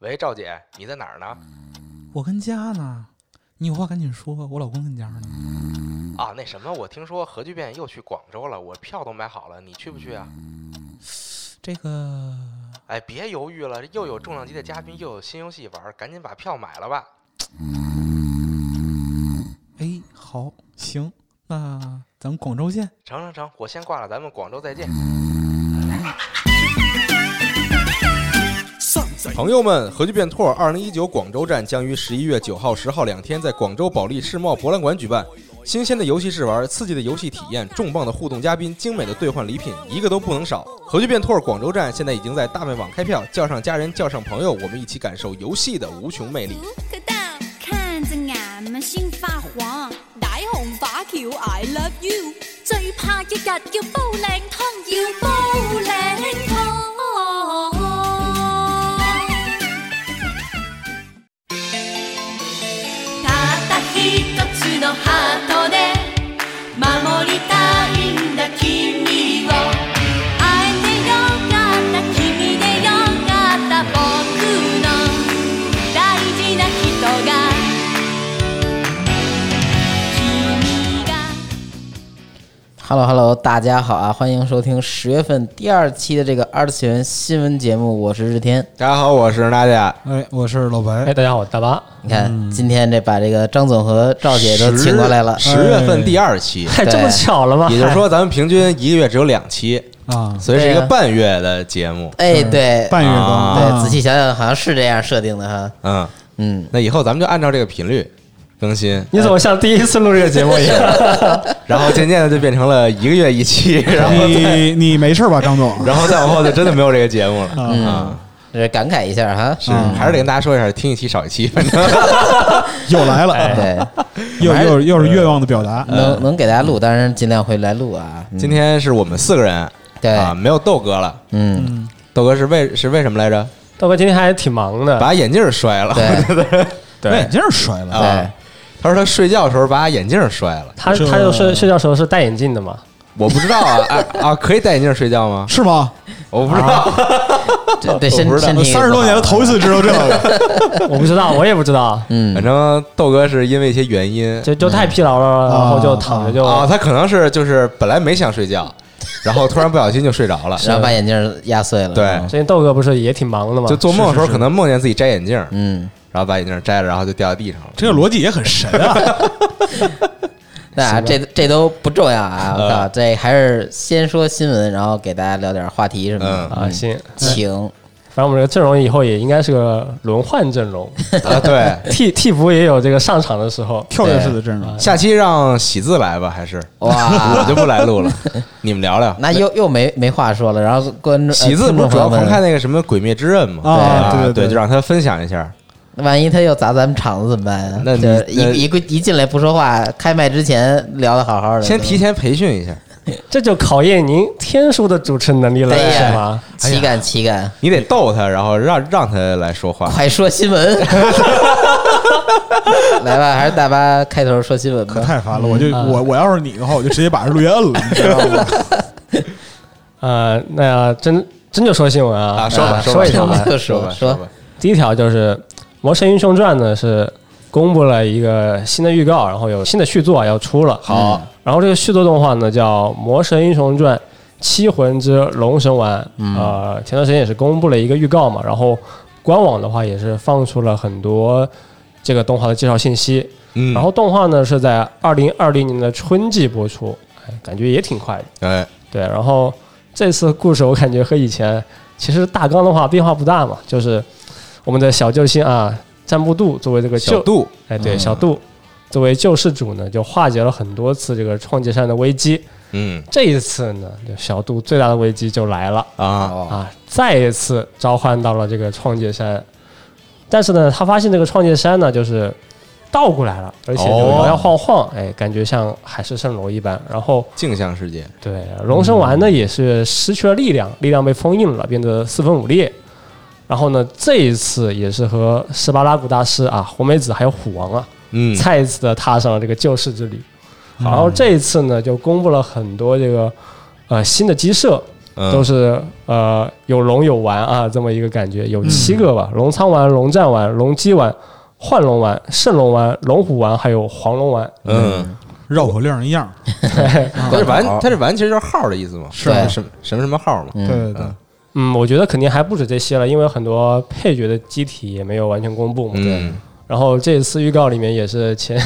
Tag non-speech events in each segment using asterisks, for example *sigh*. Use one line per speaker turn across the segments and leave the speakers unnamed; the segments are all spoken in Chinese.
喂，赵姐，你在哪儿呢？
我跟家呢，你有话赶紧说，我老公跟家呢。
啊，那什么，我听说核聚变又去广州了，我票都买好了，你去不去啊？
这个
哎，别犹豫了，又有重量级的嘉宾，又有新游戏玩，赶紧把票买了吧。
哎，好，行，那咱们广州见。
成成成，我先挂了，咱们广州再见。
朋友们，核聚变 Tour 二零一九广州站将于十一月九号、十号两天在广州保利世贸博览馆举办。新鲜的游戏试玩，刺激的游戏体验，重磅的互动嘉宾，精美的兑换礼品，一个都不能少。核聚变 Tour 广州站现在已经在大麦网开票，叫上家人，叫上朋友，我们一起感受游戏的无穷魅力。
佢得看着眼们先发黄，大雄把橋 I love you，最怕一日要煲靚湯，要煲靚湯。たった一つのハートで守りたいんだ君を会えてよかった君でよかった僕の大事な人が君が
Hello Hello，大家好啊，欢迎收听十月份第二期的这个二次元新闻节目，我是日天。
大家好，我是娜姐。
哎，我是老白
哎，。大家好，我是大巴。
你看，今天这把这个张总和赵姐都请过来了，
嗯
哎
十啊月份第二期，
嗨，
对
这么巧了吗？
也就是说咱们平均一个月只有两
*laughs*
期，
啊，
所以是一
对
个
啊
半月的节目。
哎，对，
半月更、
嗯啊
对，仔细想想，好像是这样设定的哈。
嗯，
嗯，
那以后咱们就按照这个频率更新。
嗨你怎么像第一次录这个节目一样？
然后渐渐的就变成了一个月一
*laughs*
期，然后
你你没事吧，张
*laughs*
总？
然后再往后就真的没有这个节目了。啊
嗯，这感慨一下哈，嗯
是，还是得跟大家说一下，听一期少一期，反正
又来了，
哎
啊
对，
又又又是愿望的表达。
能能给大家录，当然尽量会来录啊。嗯
嗯今天是我们四个人，
对
啊，没有豆哥了。
嗯，
豆哥是为是为什么来着？
豆哥今天还挺忙的，
把眼镜摔了。 *laughs*
对
我眼镜摔了，
啊，他说他睡觉的时候把眼镜摔了，
他
这
他就是睡觉时候是戴眼镜的嘛？
我不知道
*laughs*
啊啊啊，可以戴眼镜睡觉吗？
是吗？
我不知道，
啊这
我
对
不
身
知道
身体
三十多年了，头一次知道这个。
我不知道，我也不知道，
*laughs* 反 *laughs*
嗯，
正豆哥是因为一些原因
就就太疲劳了，然后就躺着就
啊，他可能是就是本来没想睡觉，然后突然不小心就睡着
*laughs*
了，
然后把眼镜压碎了。
对，
最近豆哥不是也挺忙的嘛？
就做梦的时候
是是是
可能梦见自己摘眼镜，
嗯，
然后把眼镜摘了，然后就掉在地上
*laughs*
了。
这个逻辑也很神啊！
那这这都不重要
嗯
啊！我靠，这还是先说新闻，然后给大家聊点话题什么
嗯
的。
啊，行，
请
反正我们这个阵容以后也应该是个轮换阵容，
啊，对，
替替补也有这个上场的时候。
*laughs* 跳跃式的阵容，
下期让喜字来吧，还是我
*laughs* 哇，
就不来录了，你们聊聊。
啊 *laughs* 那又又没没话说了。然后观众
喜字不是主要狂看那个什么《鬼灭之刃》吗？
啊对对对
对，就让他分享一下。
万一他又砸咱们场子怎么办呀？
那你
就是
那
一一个一进来不说话，开麦之前聊的好好的，
先提前培训一下，
这就考验您天书的主持能力了，
对呀
是吗？哎
岂敢岂敢，
你得逗他，然后让让他来说话。
快说新
*laughs*
闻，来吧，还是大巴开头说新闻
可
吧。
太烦了。我就我我要是你的话，我就直接把这录音摁了，你知道吗？
呃，那真真就说新闻
啊，
啊，
说吧，
啊
吧，
说
说
一条
吧
吧，
就
说
说
吧，
说
吧。
第一条就是《魔神英雄传》呢是公布了一个新的预告，然后有新的续作啊要出了。
好，
然后这个续作动画呢叫《魔神英雄传：七魂之龙神丸》，呃，前段时间也是公布了一个预告嘛，然后官网的话也是放出了很多这个动画的介绍信息。
嗯，
然后动画呢是在二零二零年的春季播出，哎感觉也挺快的。
哎，
对，然后这次故事我感觉和以前其实大纲的话变化不大嘛，就是我们的小救星啊，占部度作为这个
小
救，
度，嗯
哎对，小度作为救世主呢，就化解了很多次这个创界山的危机。
嗯
这一次呢，就小度最大的危机就来了
啊，
哦，
啊，再一次召唤到了这个创界山，但是呢，他发现这个创界山呢，就是。倒过来了，而且就
哦
摇摇晃晃，哎，感觉像海市蜃楼一般。然后
镜像世界，
对，龙神丸
嗯
呢也是失去了力量，力量被封印了，变得四分五裂。然后呢，这一次也是和十八拉古大师啊、红梅子还有虎王啊，
嗯，
再一次的踏上了这个救世之旅。然后这一次呢，就公布了很多这个呃新的鸡舍，
嗯
都是呃有龙有丸啊这么一个感觉，有七个吧，
嗯
龙仓丸、龙战丸、龙鸡丸、幻龙丸、圣龙丸、龙虎丸，还有黄龙丸。
嗯，
绕口令儿一样。
啊
它这丸
嗯好
它这丸其实就是号的意思嘛，
是
对
什么什么什么号嘛，
嗯
对对对
嗯，
嗯，我觉得肯定还不止这些了，因为很多配角的机体也没有完全公布嘛。
嗯
然后这次预告里面也是前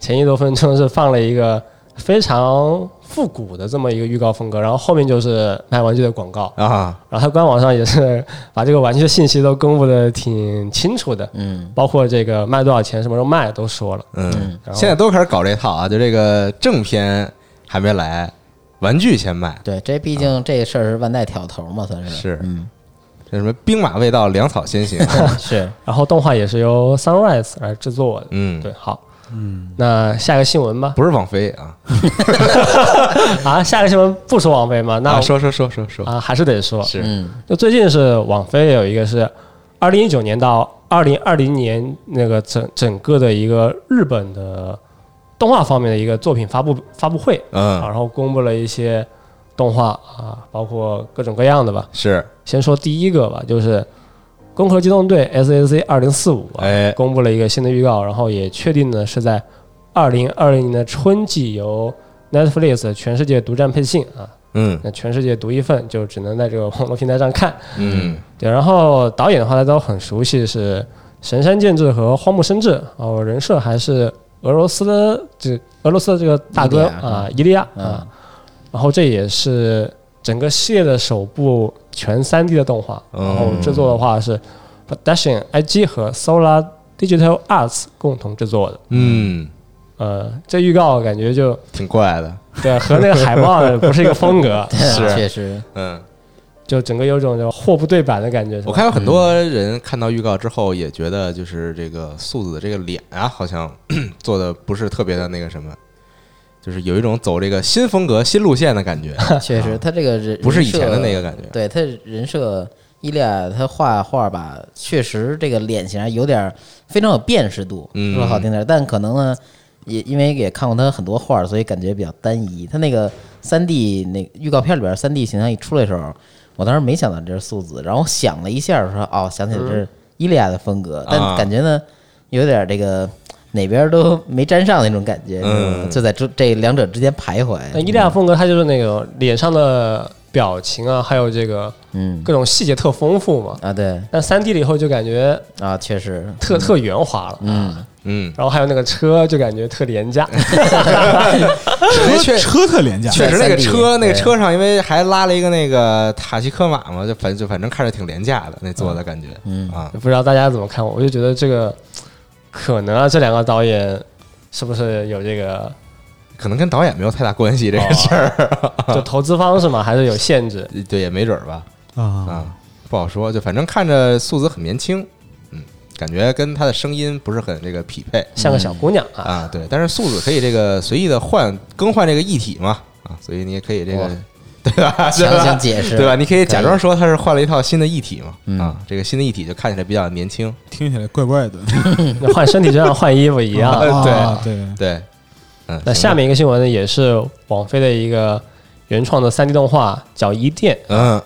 前一多分钟是放了一个非常复古的这么一个预告风格，然后后面就是卖玩具的广告。
啊，
然后它官网上也是把这个玩具的信息都公布的挺清楚的，
嗯
包括这个卖多少钱、什么时候卖都说了。
嗯，
然后
现在都开始搞这套啊，就这个正片还没来，玩具先卖，
对，这毕竟这事儿是万代挑头嘛，算是
啊是
嗯
这什么兵马未到，粮草先行，
*laughs* 是，
然后动画也是由 Sunrise 来制作的。
嗯，
对，好，嗯，那下个新闻吧。
不是网飞啊，
啊，下个新闻不说王菲吗？那
啊
我
说说说说说，
啊，还是得说。
是
嗯
就最近是网飞有一个是二零一九年到二零二零年那个整整个的一个日本的动画方面的一个作品发布发布会
嗯
啊，然后公布了一些动画啊，包括各种各样的吧。
是，
先说第一个吧，就是《攻壳机动队 SAC 二零四五》啊
哎，
公布了一个新的预告，然后也确定呢是在二零二零年的春季由 Netflix 全世界独占配信啊，
嗯
那全世界独一份，就只能在这个网络平台上看。
嗯
对，然后导演的话大家都很熟悉，是神山健治和荒木伸治哦，人设还是俄罗斯的这俄罗斯的这个大哥
伊利亚
啊，伊利亚啊
嗯，，
然后这也是整个系列的首部全 3D 的动画，
嗯
然后制作的话是 Production IG 和 Solar Digital Arts 共同制作的。
嗯，
呃，这预告感觉就
挺怪的，
对和那个海报 *laughs* 不是一个风格
对
是
确实
嗯，
就整个有种就货不对版的感觉。是吧
我看有很多人看到预告之后也觉得，就是这个素子的这个脸啊，好像 *clears throat* 做的不是特别的那个什么，就是有一种走这个新风格、新路线的感觉，
确实，他这个人
啊不是以前的那
个。
个感觉。
对他人设，伊利亚他画画吧，确实这个脸型有点儿非常有辨识度，
嗯
说好听点儿，但可能呢，也因为也看过他很多画儿，所以感觉比较单一。他那个三 D 那预告片里边三 D 形象一出来的时候，我当时没想到这是素子，然后想了一下说哦，想起来这是伊利亚的风格，
啊
但感觉呢有点儿这个。哪边儿都没沾上那种感觉，
嗯
就在这这两者之间徘徊。
那伊利亚风格，它就是那种脸上的表情啊，还有这个
嗯
各种细节特丰富嘛。
啊，对
但三 D 了以后就感觉
啊，确实
特特圆滑了，嗯，
嗯，
然后还有那个车就感觉特廉价，
因为
车
确
车特廉价，
确实那个车
3D
那个车上，因为还拉了一个那个塔西科马嘛，就反就反正看着挺廉价的那做的感觉，嗯啊，
*laughs* 不知道大家怎么看我，我就觉得这个可能啊，这两个导演是不是有这个
可能跟导演没有太大关系这个事儿，
就投资方是吗？还是有限制？
对，也没准儿吧，
啊，
啊，不好说，就反正看着素子很年轻，嗯，感觉跟她的声音不是很这个匹配
像个小姑娘啊，
啊，对，但是素子可以这个随意的换更换这个异体嘛，啊，所以你也可以这个
哇
*laughs* 对吧？对
强行
吧？
解释，
对吧？你可以假装说她是换了一套新的异体嘛，
嗯
啊，这个新的异体就看起来比较年轻，
听起来怪怪的。
那换身体就像换衣服一样。
啊对
啊 *laughs* 对，
对，嗯，行
那
吧
下面一个新闻呢，也是网飞的一个原创的 3D 动画，叫《伊甸》。
嗯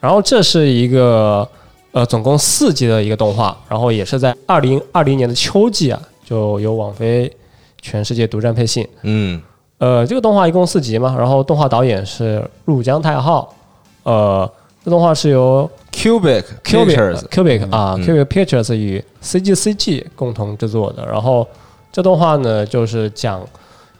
然后这是一个呃总共四集的一个动画，然后也是在二零二零年的秋季啊，就由网飞全世界独占配信。
嗯
呃，这个动画一共四集嘛，然后动画导演是入江太浩，呃，这动画是由
Cubic
Cubic
Pictures，
Cubic 啊
嗯
Cubic Pictures 与 CGCG 共同制作的。然后这动画呢，就是讲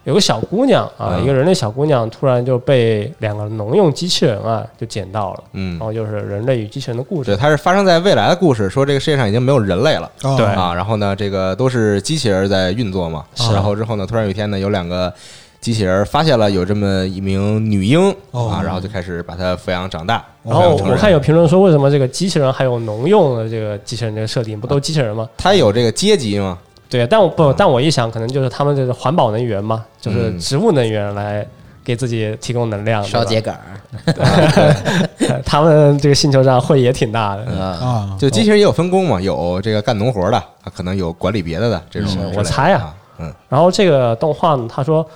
有个小姑娘啊，
嗯
一个人类小姑娘突然就被两个农用机器人啊就捡到了，
嗯
然，后就是人类与机器人的故
对，
事。
它是发生在未来的故事，说这个世界上已经没有人类了。
哦
对
啊，然后呢，这个都是机器人在运作嘛。
哦
是
然后之后呢，突然有一天呢，有两个机器人发现了有这么一名女婴、
哦
啊，然后就开始把她抚养长大。
然后
成
我
人
看有评论说，为什么这个机器人还有农用的这个机器人这个设定，不都机器人吗？
她有这个阶级嘛？
对，但我不，但我一想，可能就是他们就是环保能源嘛，就是
嗯
植物能源来给自己提供能量。
烧秸
对
秆儿
吧， *laughs* 他们这个星球上会也挺大
嗯
的。
啊，
啊，
就机器人也有分工嘛，有这个干农活的，啊、可能有管理别的的这种之类的。
我猜啊
啊，嗯
然后这个动画呢，他说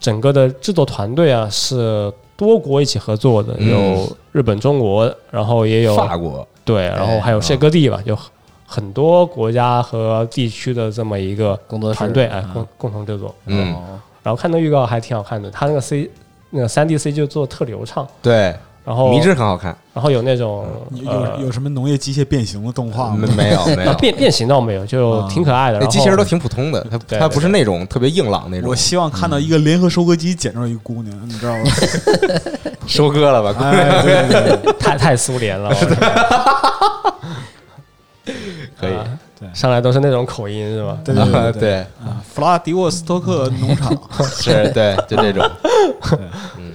整个的制作团队啊是多国一起合作的，
嗯
有日本、中国，然后也有
法国，
对，然后还
嗯
有世界各地吧，有很多国家和地区的这么一个
工作室
团队，哎
啊，
共共同制作。
嗯，
哦
然后看那预告还挺好看的，它那个 C 那个三 D C 就做得特流畅，
对，
然后
迷之很好看，
然后有那种
嗯有
呃
有有什么农业机械变形的动画
没
吗？
没有没
啊
有，
*laughs* 变变形倒没有，就
啊
挺可爱的。
那
然
机器人
后
都挺普通的，它
对
它
对
不是那种特别硬朗那种
我，希望看到一个联合收割机捡着一姑娘，你知道吗？
收割了
*laughs*
吧？
哎，对对对
*laughs* 太太苏联
*laughs*
了，我觉得
可以，
啊
对
上来都是那种口音是吧？
对对
啊
对对
对， *laughs*
啊！弗拉迪沃斯托克农场
是，对，就这种，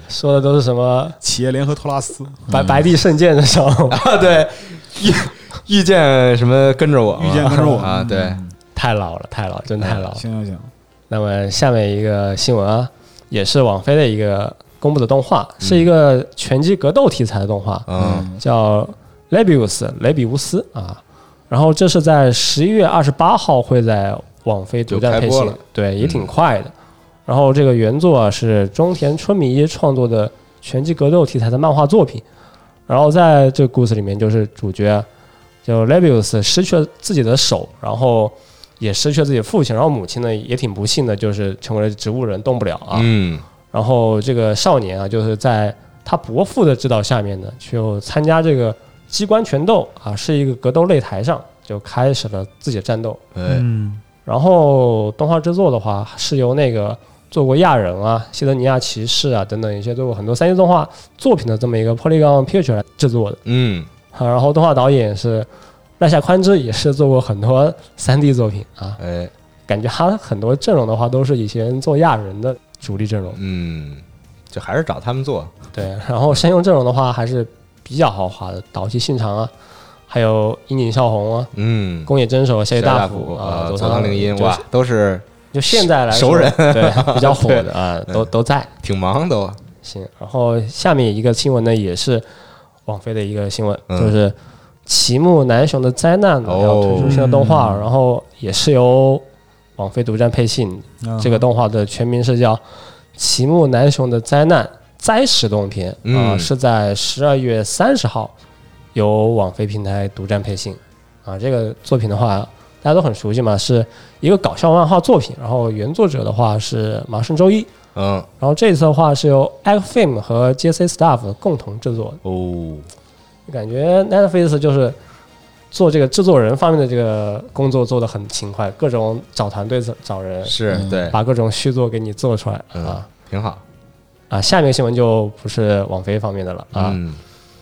说的都是什么
企业联合托拉斯，
白
嗯
白帝圣剑那种，
啊，对，遇遇见什么跟着我嘛，
遇见跟着我
啊，对，
*laughs* 太老了，太老，真太老了。
行行行，
那么下面一个新闻啊，也是网飞的一个公布的动画，是一个拳击格斗题材的动画，
嗯
叫《雷比乌斯》雷比乌斯啊。然后这是在十一月二十八号会在网飞独
就
占
开
配
播
信
了，嗯
对，也挺快的。然后这个原作啊是中田春米一创作的拳击格斗题材的漫画作品。然后在这个故事里面，就是主角就 Levius 失去了自己的手，然后也失去了自己的父亲，然后母亲呢也挺不幸的，就是成为了植物人，动不了啊。
嗯
然后这个少年啊，就是在他伯父的指导下面呢，就参加这个机关拳斗啊，是一个格斗擂台上就开始了自己的战斗。
哎
嗯，
然后动画制作的话，是由那个做过《亚人》啊、《西德尼亚骑士啊》等等一些做过很多三 D 动画作品的这么一个 Polygon Picture 来制作的。
嗯，
啊，然后动画导演是赖下宽之，也是做过很多三 D 作品啊。
哎，
感觉他很多阵容的话，都是以前做亚人的主力阵容。
嗯，就还是找他们做，
对，然后山用阵容的话还是比较豪华的，岛崎信长啊，还有樱井孝宏啊，
嗯，
宫野真守、下
谢
野大
辅
辅
啊，
啊，
佐仓绫音，
就是
哇，都是
就现在来说
熟人嗯
对
*laughs*
比较火的啊，都都在。
挺忙哦都，
行，然后下面一个新闻呢，也是网飞的一个新闻，
嗯
就是《齐木楠雄的灾难》呢
哦
要推出新的动画，然后也是由网飞独占配信。
啊
这个动画的全名是叫《齐木楠雄的灾难灾时动篇》啊、
嗯
是在十二月三十号由网飞平台独占配信啊。这个作品的话，大家都很熟悉嘛，是一个搞笑漫画作品，然后原作者的话是麻生周一。
嗯，
然后这次的话是由 Actfilm 和 JC Staff 共同制作
哦，
的，感觉 Netflix 就是做这个制作人方面的这个工作做得很勤快，各种找团队找人，
是对，
把各种续作给你做出来
嗯
啊，
挺好，
啊！下面一个新闻就不是网飞方面的了啊，
嗯，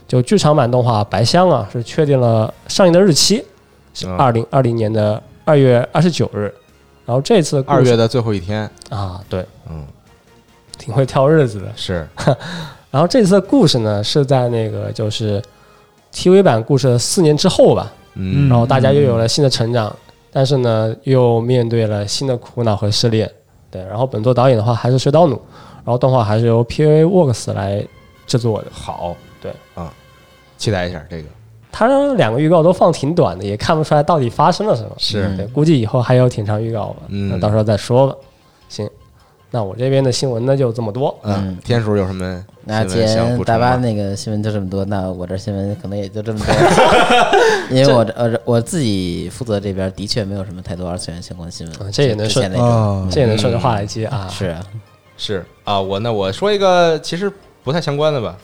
就剧场版动画《白箱》啊，是确定了上映的日期是
嗯
二零二零年的二月二十九日，然后这次的故事
二月的最后一天，
啊，对，
嗯，
挺会挑日子的。
是，
然后这次的故事呢，是在那个就是 TV 版故事的四年之后吧，
嗯
嗯
然后大家又有了新的成长，但是呢，又面对了新的苦恼和失恋。对，然后本作导演的话还是水岛努，然后动画还是由 PA Works 来制作的。
好，
对
啊，期待一下这个，
它两个预告都放挺短的，也看不出来到底发生了什么。
是
对，估计以后还有挺长预告吧，
嗯
那到时候再说吧。行，那我这边的新闻呢就这么多。
嗯，天叔有什么
那
新闻想
前
补
*laughs*
大
充
巴
吗？
那个新闻就这么多，那我这新闻可能也就这么多，
*laughs*
因为我这呃我自己负责这边的确没有什么太多二次元相关新闻
嗯，这也能
之前
顺
那种
哦
啊
这也能顺着话来接啊？
是啊，
是啊，我那我说一个其实不太相关的吧，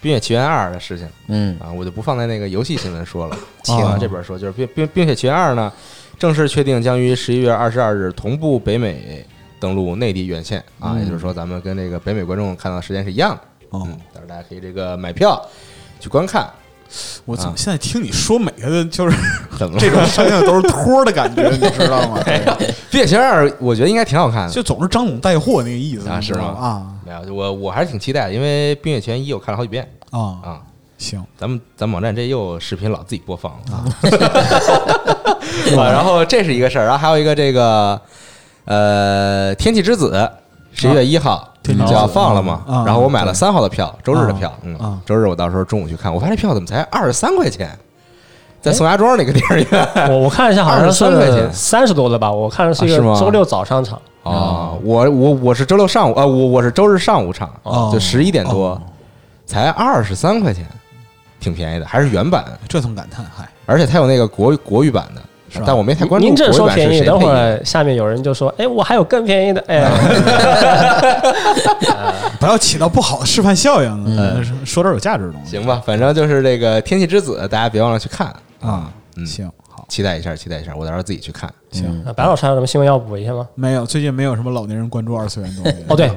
《冰雪奇缘二》的事情
嗯
啊，我就不放在那个游戏新闻说了，
请
啊这边说就是《冰冰冰雪奇缘二》呢，正式确定将于十一月二十二日同步北美登陆内地院线啊，也就是说咱们跟这个北美观众看到的时间是一样的，
嗯哦
嗯，，到时候大家可以这个买票去观看，
我怎么现在听你说每个的就是
怎么了？
这种声音都是托儿的感 *laughs* 觉，你知道吗？
冰雪奇缘二》我觉得应该挺好看的，
就总是张总带货那个意思，
啊
你知道吗？啊
没有我我还是挺期待的，因为《冰雪奇缘一》我看了好几遍
啊，
啊，
行，
咱们咱们网站这又视频老自己播放了， *laughs* 啊，然后这是一个事儿，然后还有一个这个呃《天气之子》十一月一号
啊天气之
就
子
要放了嘛
啊，
然后我买了三号的票，周日的票
啊，
嗯
啊，
周日我到时候中午去看，我发现票怎么才二十三块钱，
哎
在宋家庄那个电影
*laughs*
院。 *laughs*
我我看了一下，好像
23块
是
钱
三十多了吧？我看的是
啊
一个
是吗
周六早上场，
呃哦，我我我是周六上午啊，我我是周日上午场
哦，
就十一点多
哦，
才二十三块钱，挺便宜的，还是原版，
这通感叹，嗨，
而且它有那个国国语版的
是吧，
但我没太关注
您这
国
说
语版
便
是
宜，
谁
等
配
会
的。
儿下面有人就说：“哎，我还有更便宜的。”哎， *laughs*
不要起到不好的示范效应啊，
嗯
是说点有价值的东西。
行吧，反正就是这个《天气之子》，大家别忘了去看
啊，
嗯
行好
期待一下，期待一下，我到时候自己去看。
嗯
行，
白老师还有什么新闻要补一下吗？。
没有最近没有什么老年人关注二次元东西
哦，对，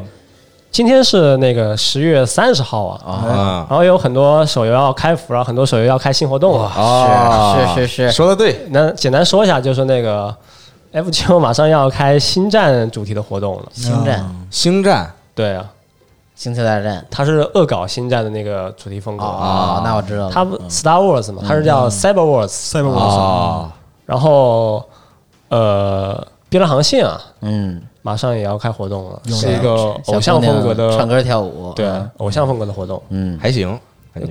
今天是那个十月三十号啊，
啊
然后有很多手游要开服，然后很多手游要开新活动了。
啊，
是是是
说的对，
那简单说一下，就是那个 F 九马上要开星战主题的活动了。
星战、
啊
星战
对啊，
星球大战
它是恶搞星战的那个主题风格。
哦，那我知道了。
它不 Star Wars 嘛，它是叫 Cyber Wars，、
赛博朋克
啊，
然后呃，碧蓝航线啊，
嗯，
马上也要开活动了，
有
是一
的
个
小
偶像
姑娘
风格的，
唱歌跳舞，
对，偶像风格的活动。
嗯，
还行，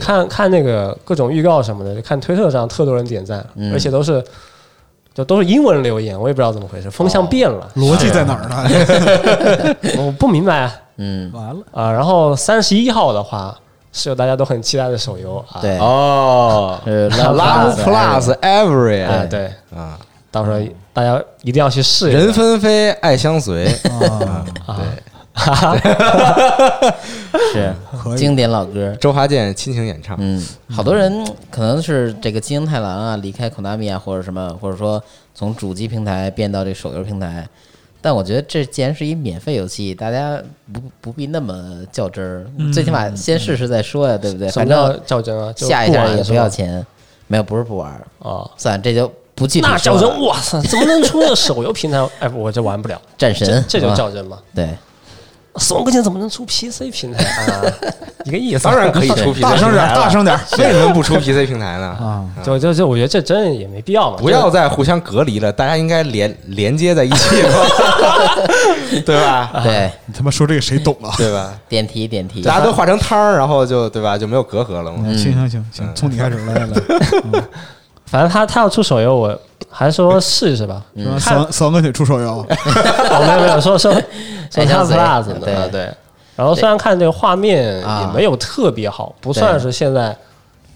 看看那个各种预告什么的，就看推特上特多人点赞，
嗯
而且都是就都是英文留言，我也不知道怎么回事，风向变了，
逻辑在哪儿 *laughs* 呢？
哦
*laughs* 我不明白啊。
嗯，
完了，
啊然后三十一号的话是有大家都很期待的手游啊，
对， *laughs*
哦
呃
，Love
Love Plus
Plus Every
啊
哎
对，
啊，
到时候大家一定要去试一下
人分飞，爱相随，
啊，
是
可以
经典老歌。
周华健亲情演唱，
嗯，好多人可能是这个金鹰太郎啊，离开孔纳米啊，或者什么，或者说从主机平台变到这手游平台。但我觉得这既然是一免费游戏，大家不不必那么较真儿，最起码先试试再说呀，对不对？
什么
反
叫
正
较真啊？就
下一
玩
下也
是
不
吧
要钱，没有不是不玩儿，
啊。
算这就不具体
那
说
较
了。
真，哇塞，怎么能出那手游平台？ *laughs* 哎，我这玩不了，
战神，
这
是
就
吧
较真嘛。
对，
死亡搁浅怎么能出 PC 平台啊？ *laughs* 一个意思。
当然可以出 PC，
大声点儿，大声点儿
为什么不出 PC 平台呢？
啊！
*laughs* 就就就，我觉得这真也没必要嘛。
不要再互相隔离了，大家应该连 *laughs* 连接在一起了， *laughs* 对吧？
对，
你他妈说这个谁懂啊？
对吧？
点题点题，
大家都画成摊儿，然后就对吧，就没有隔阂了嘛。
行行行行，从你开始来来来，
就反正他他要出手游，我还说试试吧。
是
嗯
吧死
看，
亡死亡搁浅出手游，
哦，没有没有，
*laughs*
说说说
哎
他
小
p
嘴
l u
对
的啊对。然后虽然看这个画面也
啊
没有特别好，不算是现在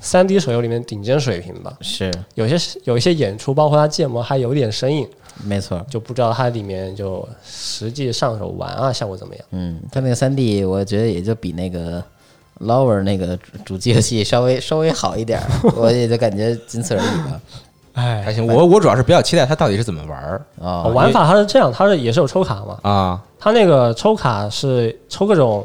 三 D 手游里面顶尖水平吧。
是
有些有一些演出，包括它建模还有点生硬，
没错。
就不知道它里面就实际上手玩啊效果怎么样。
嗯，他那个三 D，我觉得也就比那个 Lover 那个主主机游戏稍微稍微好一点
*laughs*
儿，我也就感觉仅此而已吧。
哎
还行，我我主要是比较期待它到底是怎么玩儿
啊、
哦玩法它是这样，它是也是有抽卡嘛，
啊，
它那个抽卡是抽各种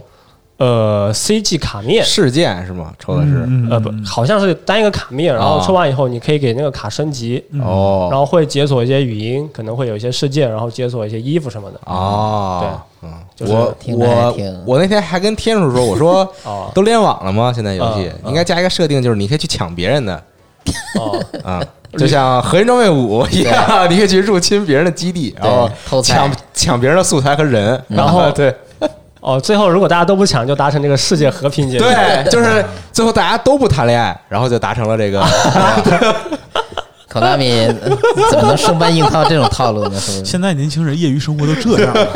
呃 CG 卡面，
事件是吗？抽的是
呃不，好像是单一个卡面，然后
啊
抽完以后你可以给那个卡升级，然
哦
后会解锁一些语音，可能会有一些事件，然后解锁一些衣服什
*laughs*
么的。
哦，嗯，
就是
我
听着还
我
挺
我那天还跟天叔说，我说
*laughs* 哦
都联网了吗？现在游戏
嗯嗯
应该加一个设定，就是你可以去抢别人的
哦，
啊，就像《核心装备五》一样，你可以去入侵别人的基地，然后
偷菜
抢抢别人的素材和人，
嗯然后
*laughs* 对
哦，最后如果大家都不抢，就达成这个世界和 *laughs* 平结局。
对，就是最后大家都不谈恋爱，然后就达成了这个 *laughs*
口纳米
*laughs*
怎么能生搬硬套这种套路呢？是不是？
现在年轻人业余生活都这样了，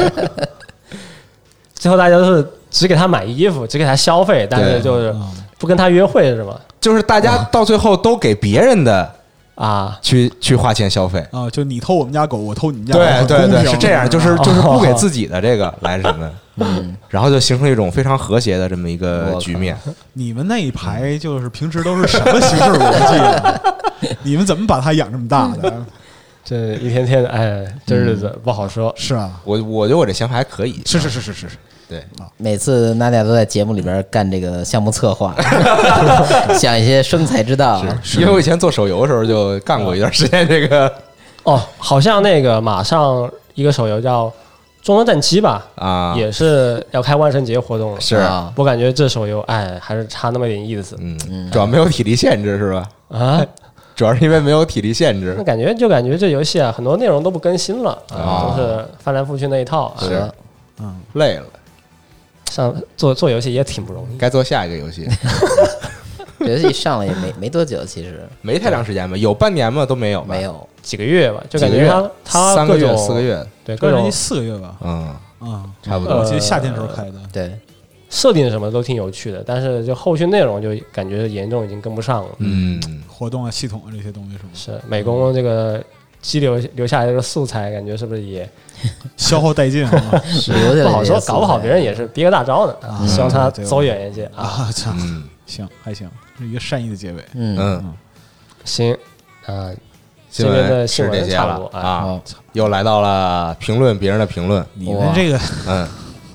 最后大家都是只给他买衣服，只给他消费，但
对
是
嗯
就是不跟他约会是吗？
就是大家到最后都给别人的
啊，
去去花钱消费。
啊，就你偷我们家狗，我偷你们家狗，
对
很
对
公
对，
平啊
是这样，就是
哦
就是不给自己的这个来什么，嗯，然后就形成一种非常和谐的这么一
我
个
靠
局面。
你们那一排就是平时都是什么形式逻辑啊？ *laughs* 你们怎么把它养这么大 *laughs* 的？
这一天天的，哎，这日子
嗯
不好说。
是啊，
我我觉得我这想法还可以，
是是是是是是，
对，
每次娜姐都在节目里边干这个项目策
*laughs*
划，想一些生财之道。
因为我以前做手游的时候就干过一段时间这个
哦，好像那个马上一个手游叫《终端战七》吧，
啊，
也是要开万圣节活动了。
是
啊，
我感觉这手游，哎，还是差那么点意思
嗯，主要没有体力限制是吧？
啊。
主要是因为没有体力限
那
制，
感觉就感觉这游戏啊，很多内容都不更新了啊，
啊
都是翻来覆去那一套。啊、
是
嗯，
累了，
上做做游戏也挺不容易。
该做下一个游戏，
这游戏上了也没没多久，其实
没太长时间吧，有半年吗？都没有吧？
没，
*laughs*
有。
几个月吧，就
几
感
个
觉
月
它，它
三
各
个月
种
四个月，
对各
跟人
种
家四个月吧，
嗯，
啊，
差不
*laughs* 我
多
记得夏天时候开的，
对，
设定什么都挺有趣的，但是就后续内容就感觉严重已经跟不上了。
嗯，
活动啊、系统啊这些东西是吗？
是美工这个激流留下来的这个素材，感觉是不是也
消耗殆尽 *laughs* 啊！
留下来
不好
这些，
说
素
搞不好别人也是憋个大招呢，
嗯
啊，希望他走远一些啊。
*laughs* 啊，操，
嗯
行，还行，是一个善意的结尾。
嗯，
嗯，
行，啊，
新
今天
闻
的
是
新闻
这些
差不
了
多哎
啊
好，
又来到了评论别人的评论，
你们这个
嗯，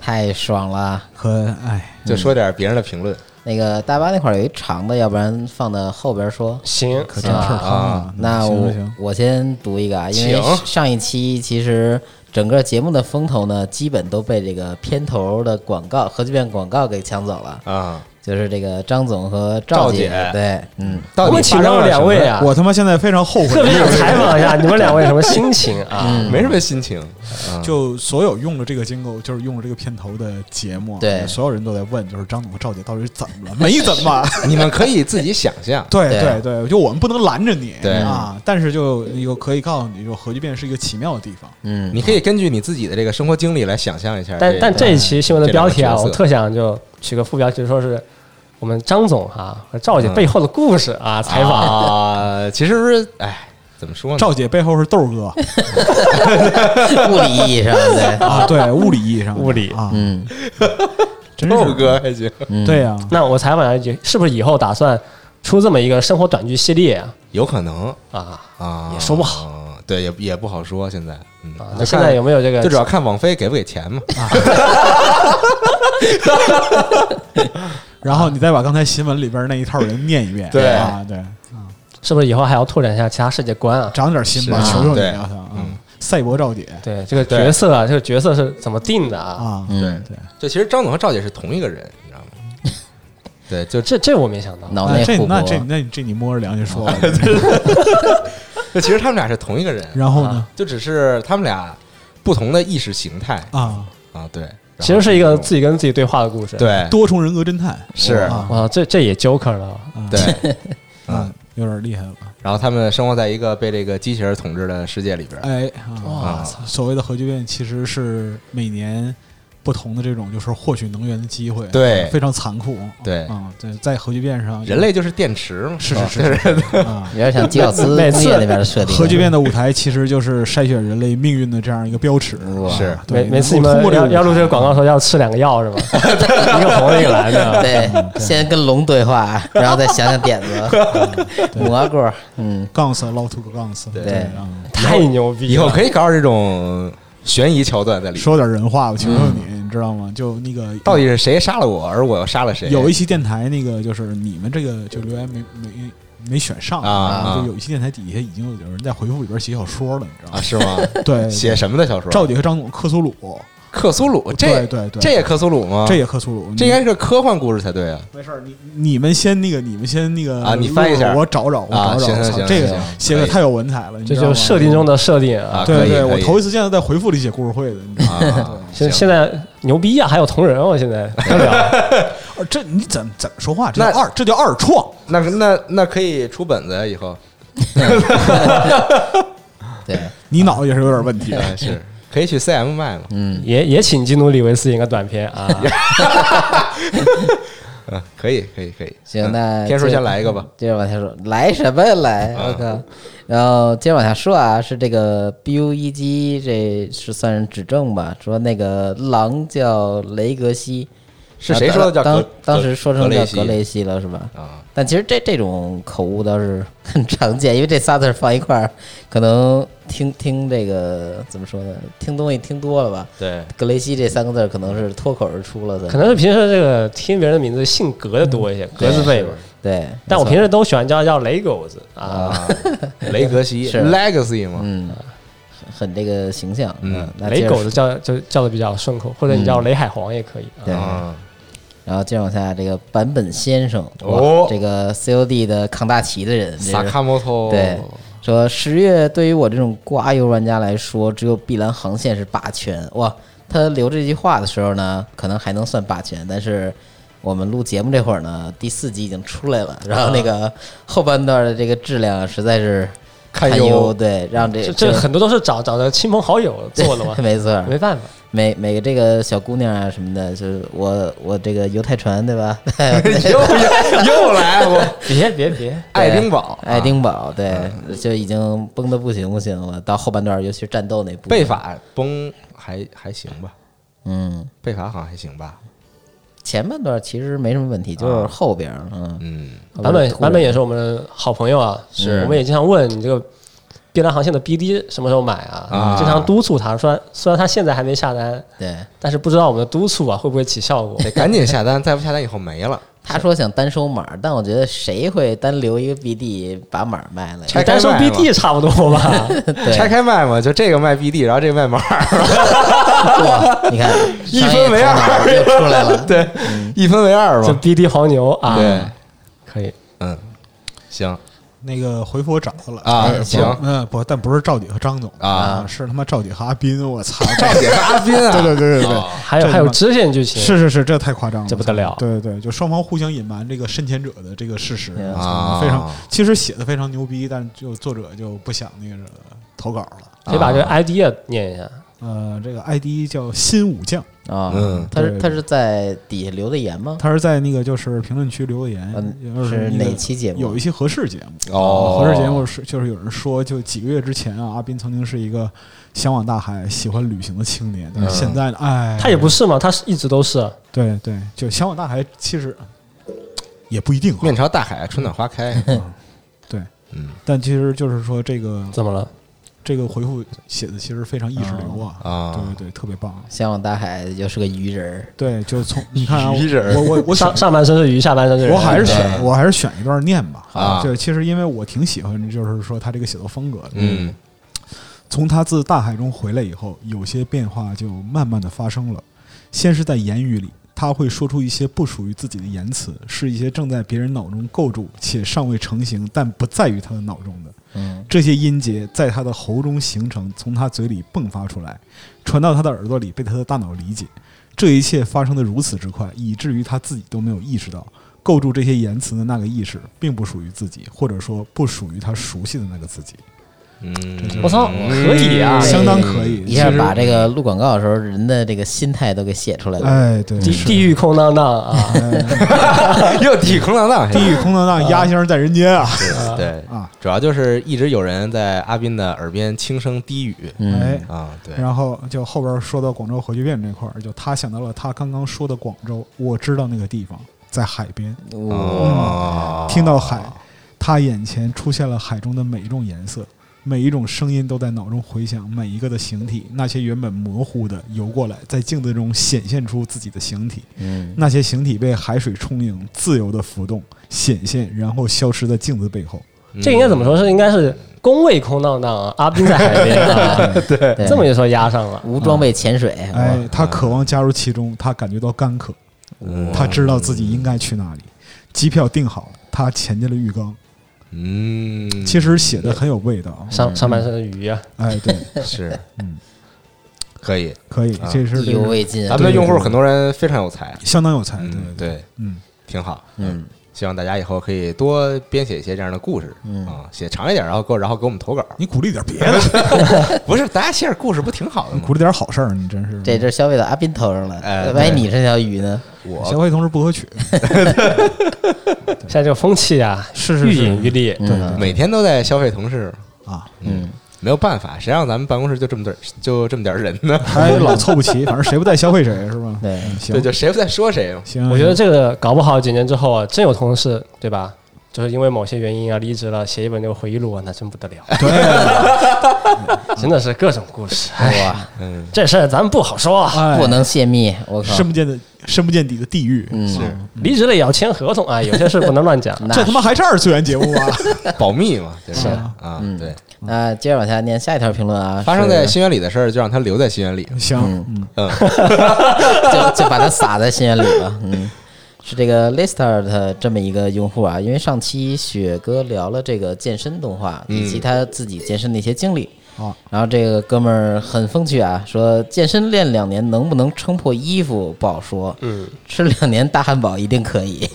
太爽了。
可哎，
就说点别人的评论
那个大巴那块儿有一长的，要不然放到后边说。
行，
可真是
啊
坑啊！
那
行
我
行，
我先读一个啊，因为
请
上一期其实整个节目的风头呢，基本都被这个片头的广告核聚变广告给抢走了，
啊，
就是这个张总和
赵
姐
姐，
对，嗯，
到
我
底
们请
发生
到
了
两位
什么，
啊，
我他妈现在非常后悔，
*laughs* 特
*laughs*
别想采访一下你们两位有什么心情啊？
嗯
没什么心情，啊
就所有用了这个金狗，就是用了这个片头的节目，啊
对
所有人都在问，就是张总和赵姐到底是怎么了？没怎么，，
你们可以自己想象
*laughs* 对对
对
对，就我们不能拦着你，
对
啊，但是就有可以告诉你，就核聚变是一个奇妙的地方，
嗯，
你可以根据你自己的这个生活经历来想象一下。嗯
但但这一期新闻的标题啊，
这两个角色
我特想就取个副标题，说是我们张总啊和赵
嗯
姐背后的故事啊，采访。
啊，其实哎，怎么说呢？
赵姐背后是豆儿哥
物理意义上对，
啊，对，物理意义上的
物理
啊，
嗯
真
豆
是
哥还行，
嗯，
对啊呀，
那我采访一下，是不是以后打算出这么一个生活短剧系列啊？
有可能
啊，
啊，
也说不好
嗯，对，也也不好说。现在，嗯，
啊
就
那
看
现在有没啊有这个？
就主要看网飞给不给钱嘛。
然后你再把刚才新闻里边那一套人念一遍，
对
啊，对，
是不是以后还要拓展一下其他世界观啊？
长点心吧，
是啊
求求你
对
啊，操
嗯
嗯，赛博赵姐
对这个角色啊，这个角色是怎么定的啊？
啊，
嗯，
对，
就其实张总和赵姐是同一个人，你知
*laughs*
道吗？对，就这
这这我没想到，
脑
那
内
啊这
互
那
搏，
这那这你摸着良心说吧，
就其实他们俩是同一个人，
然后呢
就只是他们俩不同的意识形态
啊，
啊。对，
其实是一个自
己
己跟自己对话的故事。，
对
多重人格侦探
是，
啊
哇，这这也 Joker 了，
啊，
*laughs*
对，嗯
啊，，有点厉害了，
然后他们生活在一个被这个机器人统治的世界里边儿。
哎
哇
啊，所谓的核聚变其实是每年不同的这种就是获取能源的机会，
对
非常残酷，
对
啊，对，在核聚变上
人类就是电池嘛，
嗯是
吧
是是是是啊。
有点像吉奥斯
*laughs*
工
每次
业那边的设定，
核聚变的舞台其实就是筛选人类命运的这样一个标尺，啊
哇
是
对
每每次你
能
们
够通过这
要
个舞
要录
台
这个广告的时候要吃两个药是吗？ *laughs* 一个红一个蓝
啊
的。
对，先跟龙对话，然后再想想点
*laughs*
子， *laughs* 蘑菇，嗯，
Guns Allow to Guns，
对
对
啊，
*laughs* 太牛逼了！
*laughs* 以后可以搞点这种悬疑桥段在里面。
说点人话，我求求你，你知道吗？就那个
嗯到底是谁杀了我，而我又杀了谁？
有一期电台那个就是你们这个就留言没没没选上
啊啊
就有一期电台底下已经有人在回复里边写小说了，你知道
啊，
吗？
是吗？
*laughs* 对，
写什么的小说？
赵姐和张总克苏鲁，
克苏鲁，这
对对对，
这也克苏鲁吗？
这也克苏鲁，
这应该是科幻故事才对啊！
没事儿，你你们先那个，你们先那个
啊你翻一下
我找找，我
啊
找找，
行行
我操
行
这
行
个
行
写
可
的
以
太有文采了，你
这
知道
就
吗
是设定中的设定啊
啊！
对
可以
对，
可
我
以
头一次见到在回复里写故事会的，你知道吗？ *laughs*
啊，
现
行
现在牛逼啊，还有同人哦，现在不得 *laughs* 了
啊这你怎怎么说话？这叫
那
二，这叫二创。
那那那可以出本子呀，以后
对，
你脑子也是有点问题的，
啊是可以去 CM 卖嘛？
嗯，
也也请基努里维斯演个短片啊！
嗯，可以可以可以。
行
嗯
那
天叔
这
先来一个吧。
*laughs* 接着往下说，来什么呀来？
啊
我靠！然后接着往下说啊，是这个 BU 一机，这是算是指证吧？说那个狼叫雷格西，啊
是谁说的叫
当
格
当时说成
格雷
叫
西
格雷西了是吧？
啊？
但其实这这种口误倒是很常见，因为这仨字儿放一块儿，可能听听这个怎么说呢？听东西听多了吧？
对，
格雷西这三个字儿可能是脱口而出了的，
可能是平时这个听别人的名字姓格的多一些，格字辈嘛。
对。
但我
没错
平时都喜欢叫叫雷狗子
*laughs*
啊，
啊，雷格西
是
（Legacy） 嘛，
嗯，很这个形象，
嗯
那接
雷
着嗯
狗子叫就叫的比较顺口，或者你叫雷海皇也可以
对
啊。
啊，
然后接着往下，这个版本先生，哇
哦
这个 COD 的扛大旗的人，这
萨
是
卡摩托，
对说十月对于我这种瓜游玩家来说，只有碧蓝航线是霸权。哇，他留这句话的时候呢，可能还能算霸权，但是。我们录节目这会儿呢，第四集已经出来了，然后那个后半段的这个质量实在是
堪
堪
忧
忧，对，让这，
这这很多都是找找的亲朋好友做的嘛
*laughs* 没错，
没办法。
每每个这个小姑娘啊什么的，就是我我这个犹太船对吧？
*laughs* 又又又
*laughs*
来我
别别别，
*laughs* 爱丁堡，啊
爱丁堡对，就已经崩的不行不行了。到后半段，尤其是战斗那部分，
贝啊法崩还还行吧，
嗯，
贝法好像还行吧，
前半段其实没什么问题，就是后边儿嗯，
啊嗯，
版本版本也是我们的好朋友啊，
是
我们也经常问你这个碧蓝航线的 BD 什么时候买啊？
啊
经常督促他，虽然虽然他现在还没下单，
对。
但是不知道我们的督促啊会不会起效果。
得赶紧下单，再不下单以后没了。
他说想单收码，但我觉得谁会单留一个 BD 把码卖了呀？
拆开
单收
卖嘛
BD 差不多
*laughs*
吧，
拆
*laughs* 对，
开卖嘛，就这个卖 BD，然后这个卖码，
哇，你看
*laughs* 一分为。
*laughs* 商业头脑又出来了
*laughs*
嗯
对，一分为二
就
嘛。
BD 黄牛啊，
对，
可以。
嗯，行
那个回复我找到了
啊，
哎
行
行
嗯，不，但不是赵姐和张总
啊，
是他妈赵姐和阿斌，我操！
*laughs* 赵姐和阿斌
*laughs*
啊，
对对对对对，
还有
这
还有
他妈
支线剧情，
是是是，这太夸张了，
这不得了
对对对，就双方互相隐瞒这个深潜者的这个事实，
嗯
我
啊
操非常其实写的非常牛逼，但就作者就不想那个投稿了。
得把这个
啊
ID 也念一下。
呃，这个 ID 叫新武将，
啊，
嗯
他是
对
他是在底下留的言吗？
他是在那个就是评论区留的言，
嗯
就是那个
哪期节目
有一些合适节目
哦
合适节目是就是有人说，就几个月之前啊，阿斌曾经是一个向往大海、喜欢旅行的青年，但是现在呢，哎，
他也不是嘛，他是一直都是。啊
对对，就向往大海其实嗯也不一定啊、
面朝大海，春暖花开。
对，
嗯
但其实就是说这个
怎么了？
这个回复写的其实非常意识流啊，
啊
对对对，特别棒。
向往大海又是个鱼人儿，
对，就从你看啊，
鱼人
我我我选
上上半身是鱼，下半身是人。
我还是
对
选我还是选一段念吧
啊
对，其实因为我挺喜欢，就是说他这个写作风格的。
嗯，
从他自大海中回来以后，有些变化就慢慢的发生了。先是在言语里，他会说出一些不属于自己的言辞，是一些正在别人脑中构筑且尚未成型，但不在于他的脑中的。
嗯，
这些音节在他的喉中形成，从他嘴里迸发出来，传到他的耳朵里，被他的大脑理解。这一切发生的如此之快，以至于他自己都没有意识到，构筑这些言辞的那个意识并不属于自己，或者说不属于他熟悉的那个自己，
嗯，
我操，可以啊！
相当可以。
一下
其实
把这个录广告的时候人的这个心态都给写出来了。
哎，对，
地
是
地狱空荡荡
嗯
啊！
嗯又地空浪 *laughs* 荡，
地狱空荡荡，鸭先生在人间啊！
对对
啊，
主要就是一直有人在阿斌的耳边轻声低语
嗯
哎，
啊，对，
然后就后边说到广州核聚变这块儿，就他想到了他刚刚说的广州，我知道那个地方在海边，
嗯哦
听到海，他眼前出现了海中的每一种颜色，每一种声音都在脑中回响，每一个的形体，那些原本模糊的游过来，在镜子中显现出自己的形体， *laughs*
嗯，
那些形体被海水充盈，自由的浮动，显现，然后消失在镜子背后。
这应该怎么说是？应该是工位空荡荡啊，阿斌在海边
*laughs*
啊。
对
这么一说压上了，
无装备潜水，
哎，他渴望加入其中，他感觉到干渴，
嗯
他知道自己应该去哪里，机票订好了，他潜进了浴缸。
嗯，
其实写的很有味道，啊
上上半身的鱼啊，
哎，对，
是
嗯，
可以。
可以，这是
意
这
犹
个
未尽。啊
咱们的用户很多人非常有才，
相当有才，对
嗯，
对，
对，
嗯。
挺好。
嗯，
希望大家以后可以多编写一些这样的故事
嗯
啊，写长一点，然后给我然后给我们投稿。
你鼓励点别的，
不是，大家写点故事不挺好的吗
鼓？励点好事儿，你真是。嗯
这阵消费到阿斌头上
哎
了，万一
对
你是那条鱼呢？
小
我
伟同志不可取，
现在这个风气啊，
是
愈
是
演愈
是
烈。
嗯啊
每天都在消费同事，
啊，
嗯，
没有办法，谁让咱们办公室就这么点儿就这么点儿人呢？
还老哎凑不齐，反正谁不带消费谁是吧？
对
嗯行
对，就谁不在说谁嘛。
行，
我觉得这个搞不好几年之后啊，真有同事对吧？就是因为某些原因啊离职了，写一本这个回忆录啊，那真不得了，
对，
*laughs* 真的是各种故事。哎
哇，
嗯，
这事儿咱们不好说啊，
哎
不能泄密，我靠，
深不见的深不见底的地狱，
嗯，
离职了也要签合同啊，有些事不能乱讲。
那
这他妈还是二次元节目啊！
嗯保密嘛，对吧
是
啊，
嗯
对，
那接着往下念下一条评论啊，
发生在
是
心眼里的事儿就让它留在心眼里。
行，嗯，
就就把它撒在心眼里了。嗯，是这个 Lister 的这么一个用户啊，因为上期雪哥聊了这个健身动画以及他自己健身的一些经历。
哦
然后这个哥们儿很风趣啊，说健身练两年能不能撑破衣服不好说，嗯，吃两年大汉堡一定可以。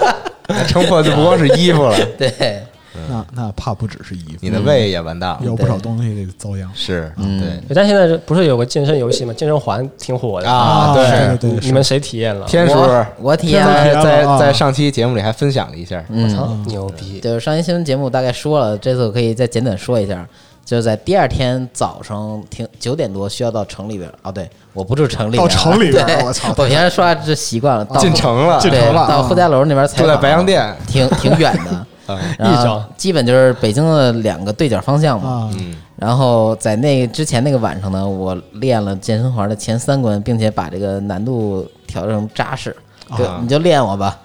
*laughs*
撑破就不光是衣服了，
对，
那那怕不只是衣服
你，的胃啊也完蛋了。
有不少东西得遭殃。
是，
嗯
对，
但现在这不是有个健身游戏吗？健身环挺火的
啊对
对对，
你
是
们谁体验了？
天叔
我我体验了
天
在
叔，
在
了啊
在上期节目里还分享了一下，
嗯，
操牛逼！
就是上一新闻节目大概说了，这次我可以再简短说一下，就是在第二天早上停九点多需要到城里边儿啊，对，我不住城里边儿啊，
到城里边儿
对
我操啊
我平时刷这习惯了，到
进城了
进城了啊
对到呼家楼那边采
住
访
在白洋淀
挺挺远的，
*laughs*
然
一
后
张
基本就是北京的两个对角方向嘛，
啊，
然后在那之前那个晚上呢，我练了健身环的前三关，并且把这个难度调整扎实。就你就练我吧，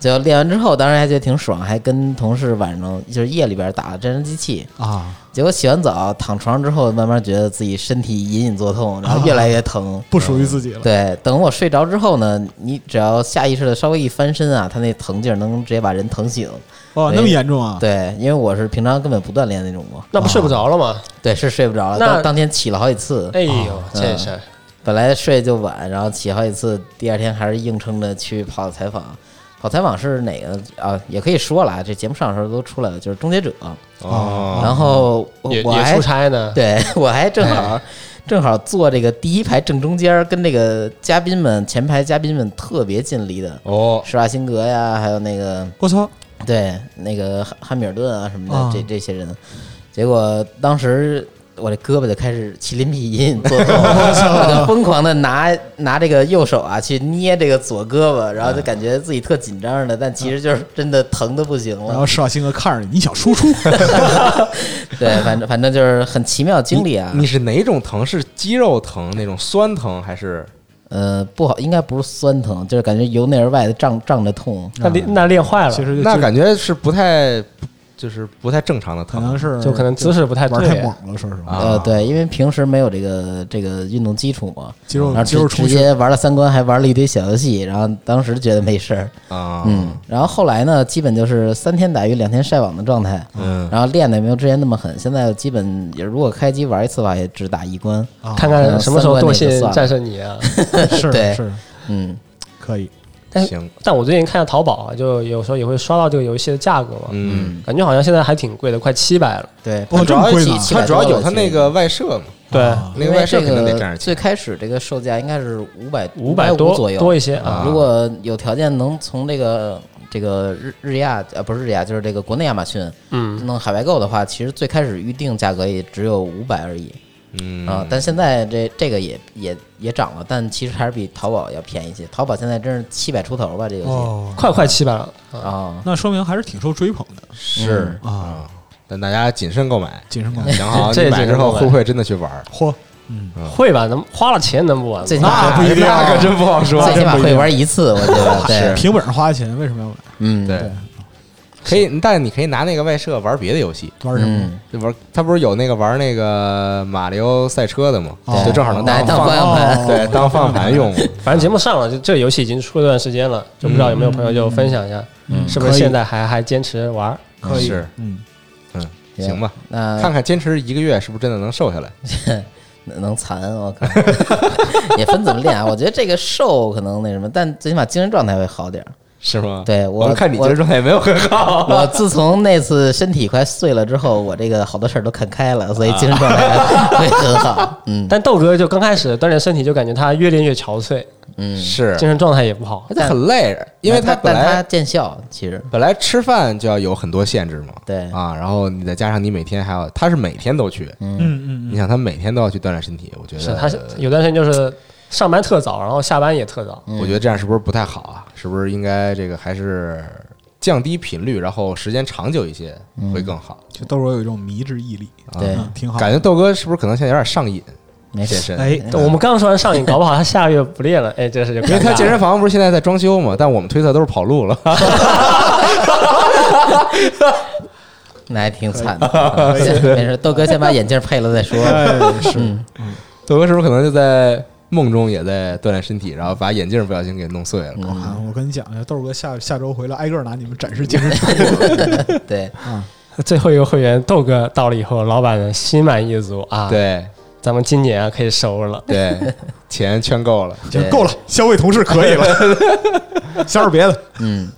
就练完之后，当时还觉得挺爽，还跟同事晚上就是夜里边打了真人机器。
啊，
结果洗完澡躺床上之后，慢慢觉得自己身体隐隐作痛，然后越来越疼。
不属于自己了。
对，等我睡着之后呢，你只要下意识的稍微一翻身啊，他那疼劲儿能直接把人疼醒。
哦，那么严重啊？
对，因为我是平常根本不锻炼那种嘛。
那不睡不着了吗？
对，是睡不着了，
那
当当天起了好几次。
哎呦，这事儿
本来睡就晚，然后起好几次，第二天还是硬撑着去跑采访。跑采访是哪个啊？也可以说了啊，这节目上的时候都出来了，就是《终结者》。
哦，
然后我
也
我
也
还
出哎差
*laughs*
呢。
对我还正好正好坐这个第一排正中间儿，跟这个嘉宾们前排嘉宾们特别近离的，
哦，
施瓦辛格呀，还有那个
我操，
对，那个汉汉密尔顿啊什么的，
啊
这这些人，结果当时我这胳膊就开始麒麟臂隐隐作痛，我就疯狂的拿拿这个右手啊去捏这个左胳膊，然后就感觉自己特紧张的，但其实就是真的疼的不行
*laughs* 然后
了。
施瓦辛格看着你，你想输出，
*laughs* 对，反正反正就是很奇妙的经历啊
你。是哪种疼？是肌肉疼那种酸疼，还是
呃，不好，应该不是酸疼，就是感觉由内而外的胀胀着痛。
那练那练坏了，
其实就
那感觉是不太，就是不太正常的
可能
疼？
是
就可能姿势不太
玩太
对。
猛了，说实话，
呃，对，因为平时没有这个这个运动基础嘛，
肌肉
然后
肌肉
嗯直
重
直
训
接玩了三关，还玩了一堆小游戏，然后当时觉得没事儿，
啊，
嗯，然后后来呢，基本就是三天打鱼两天晒网的状态，
嗯
然后练的也没有之前那么狠，现在基本也如果开机玩一次的话，也只打一关，
啊
看看什么时候
三观
惰
那就
性
算了
战胜你啊！
是
对
是
嗯，
可以
但
行，
但我最近看下淘宝啊，就有时候也会刷到这个游戏的价格嘛，
嗯，
感觉好像现在还挺贵的，快七百了。
对，
哦
主
这么
要
贵
是
呢
七
它主要有它那个外设嘛，
对，
那个外设肯定得占着
最
钱。
开始这个售价应该是五百
五
百
百多
左右
多一些啊。
如果有条件能从这个这个日日亚呃不是日亚，就是这个国内亚马逊
嗯，
弄海外购的话，其实最开始预定价格也只有五百而已
嗯
啊，但现在这这个也也也涨了，但其实还是比淘宝要便宜一些，淘宝现在真是七百出头吧，这游戏。
哦。
快快七百了。
啊，
那说明还是挺受追捧的
是
啊，
但大家谨慎购买，
谨慎购买
想好
这
你买
谨
之
慎
后
购买
会不会真的去玩儿？
*laughs* 嚯，
会吧？能花了钱能不玩吗？
最起
那
码
不一定啊
那可真不啊好说。
最起码会玩一次，我觉得
*laughs*
对，
凭本事花钱，为什么要买？
嗯，
对，可以，但你可以拿那个外设玩别的游戏，
玩什么？
嗯，
就玩它不是有那个玩那个马里奥赛车的吗？
哦
就正好能
拿来
当
当方
放
向盘，
哦
对当方向盘
*laughs*
用。
反正节目上了，就这个游戏已经出了一段时间了，就不知道有没有朋友就分享一下，
嗯
是不是
可以
现在还还坚持玩儿？
可以
是，
嗯，
嗯，行吧，
那
看看坚持一个月是不是真的能瘦下来？
能残，我靠， *laughs* 也分怎么练啊。我觉得这个瘦可能那什么，但最起码精神状态会好点儿。
是吗？
对
我
我
们看你精神状态也没有很好。
我自从那次身体快碎了之后，我这个好多事儿都看开了，
啊
所以精神状态
*laughs*
会很好。嗯
但豆哥就刚开始锻炼身体，就感觉他越练越憔悴，
嗯，
是，
精神状态也不好。
他很累，因为他
但
本
但他
来
见效，其实
本来吃饭就要有很多限制嘛，
对
啊，然后你再加上你每天还要，他是每天都去，
嗯嗯
你想他每天都要去锻炼身体，我觉得
是他是有段时间就是上班特早，然后下班也特早。
我
嗯
觉得这样是不是不太好啊？是不是应该这个还是降低频率，然后时间长久一些
嗯
会更好？
就豆哥有一种迷之毅力，
啊
对，
嗯，挺好。
感觉豆哥是不是可能现在有点上瘾
没
健
事。嗯
身？
哎，
我们刚说完上瘾，搞不好他下个月不练了，哎，这事就
嗯 *laughs* 因为他健身
房
房不是现在在装修嘛，但我们推测都是跑路了。 *laughs*
那还挺
*laughs*
惨的。先没事，豆哥先把眼镜配了再说。
哎是
嗯
豆哥是不是可能就在梦中也在锻炼身体，然后把眼镜不小心给弄碎了？
嗯
啊，我跟你讲一下，豆哥下下周回来挨个儿拿你们展示精神状态。
对，
最后一个会员豆哥到了以后，老板心满意足啊，，
*laughs* 对
咱们今年啊可以收了。
对，钱
*laughs*
圈够了。
行，够了，消费同事可以了，消点别的。
嗯，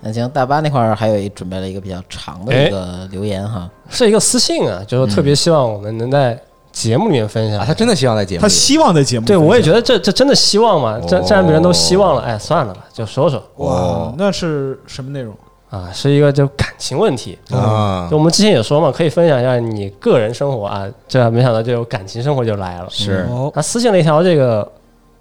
那行，大巴那块儿还有一准备了一个比较长
哎
的一个留言哈，
是一个私信啊，就是特别希望我们能在节目里面分享。
嗯啊，他真的希望在节目
他
里。
希望在节目
对，
分
我也
享
觉得这这真的希望嘛，这
哦
这让别人都希望了，哎，算了吧，就说说
哇，那是什么内容？
啊，是一个就感情问题。
啊
就，我们之前也说嘛，可以分享一下你个人生活啊，这没想到就有感情生活就来了。
是
哦，
他私信了一条这个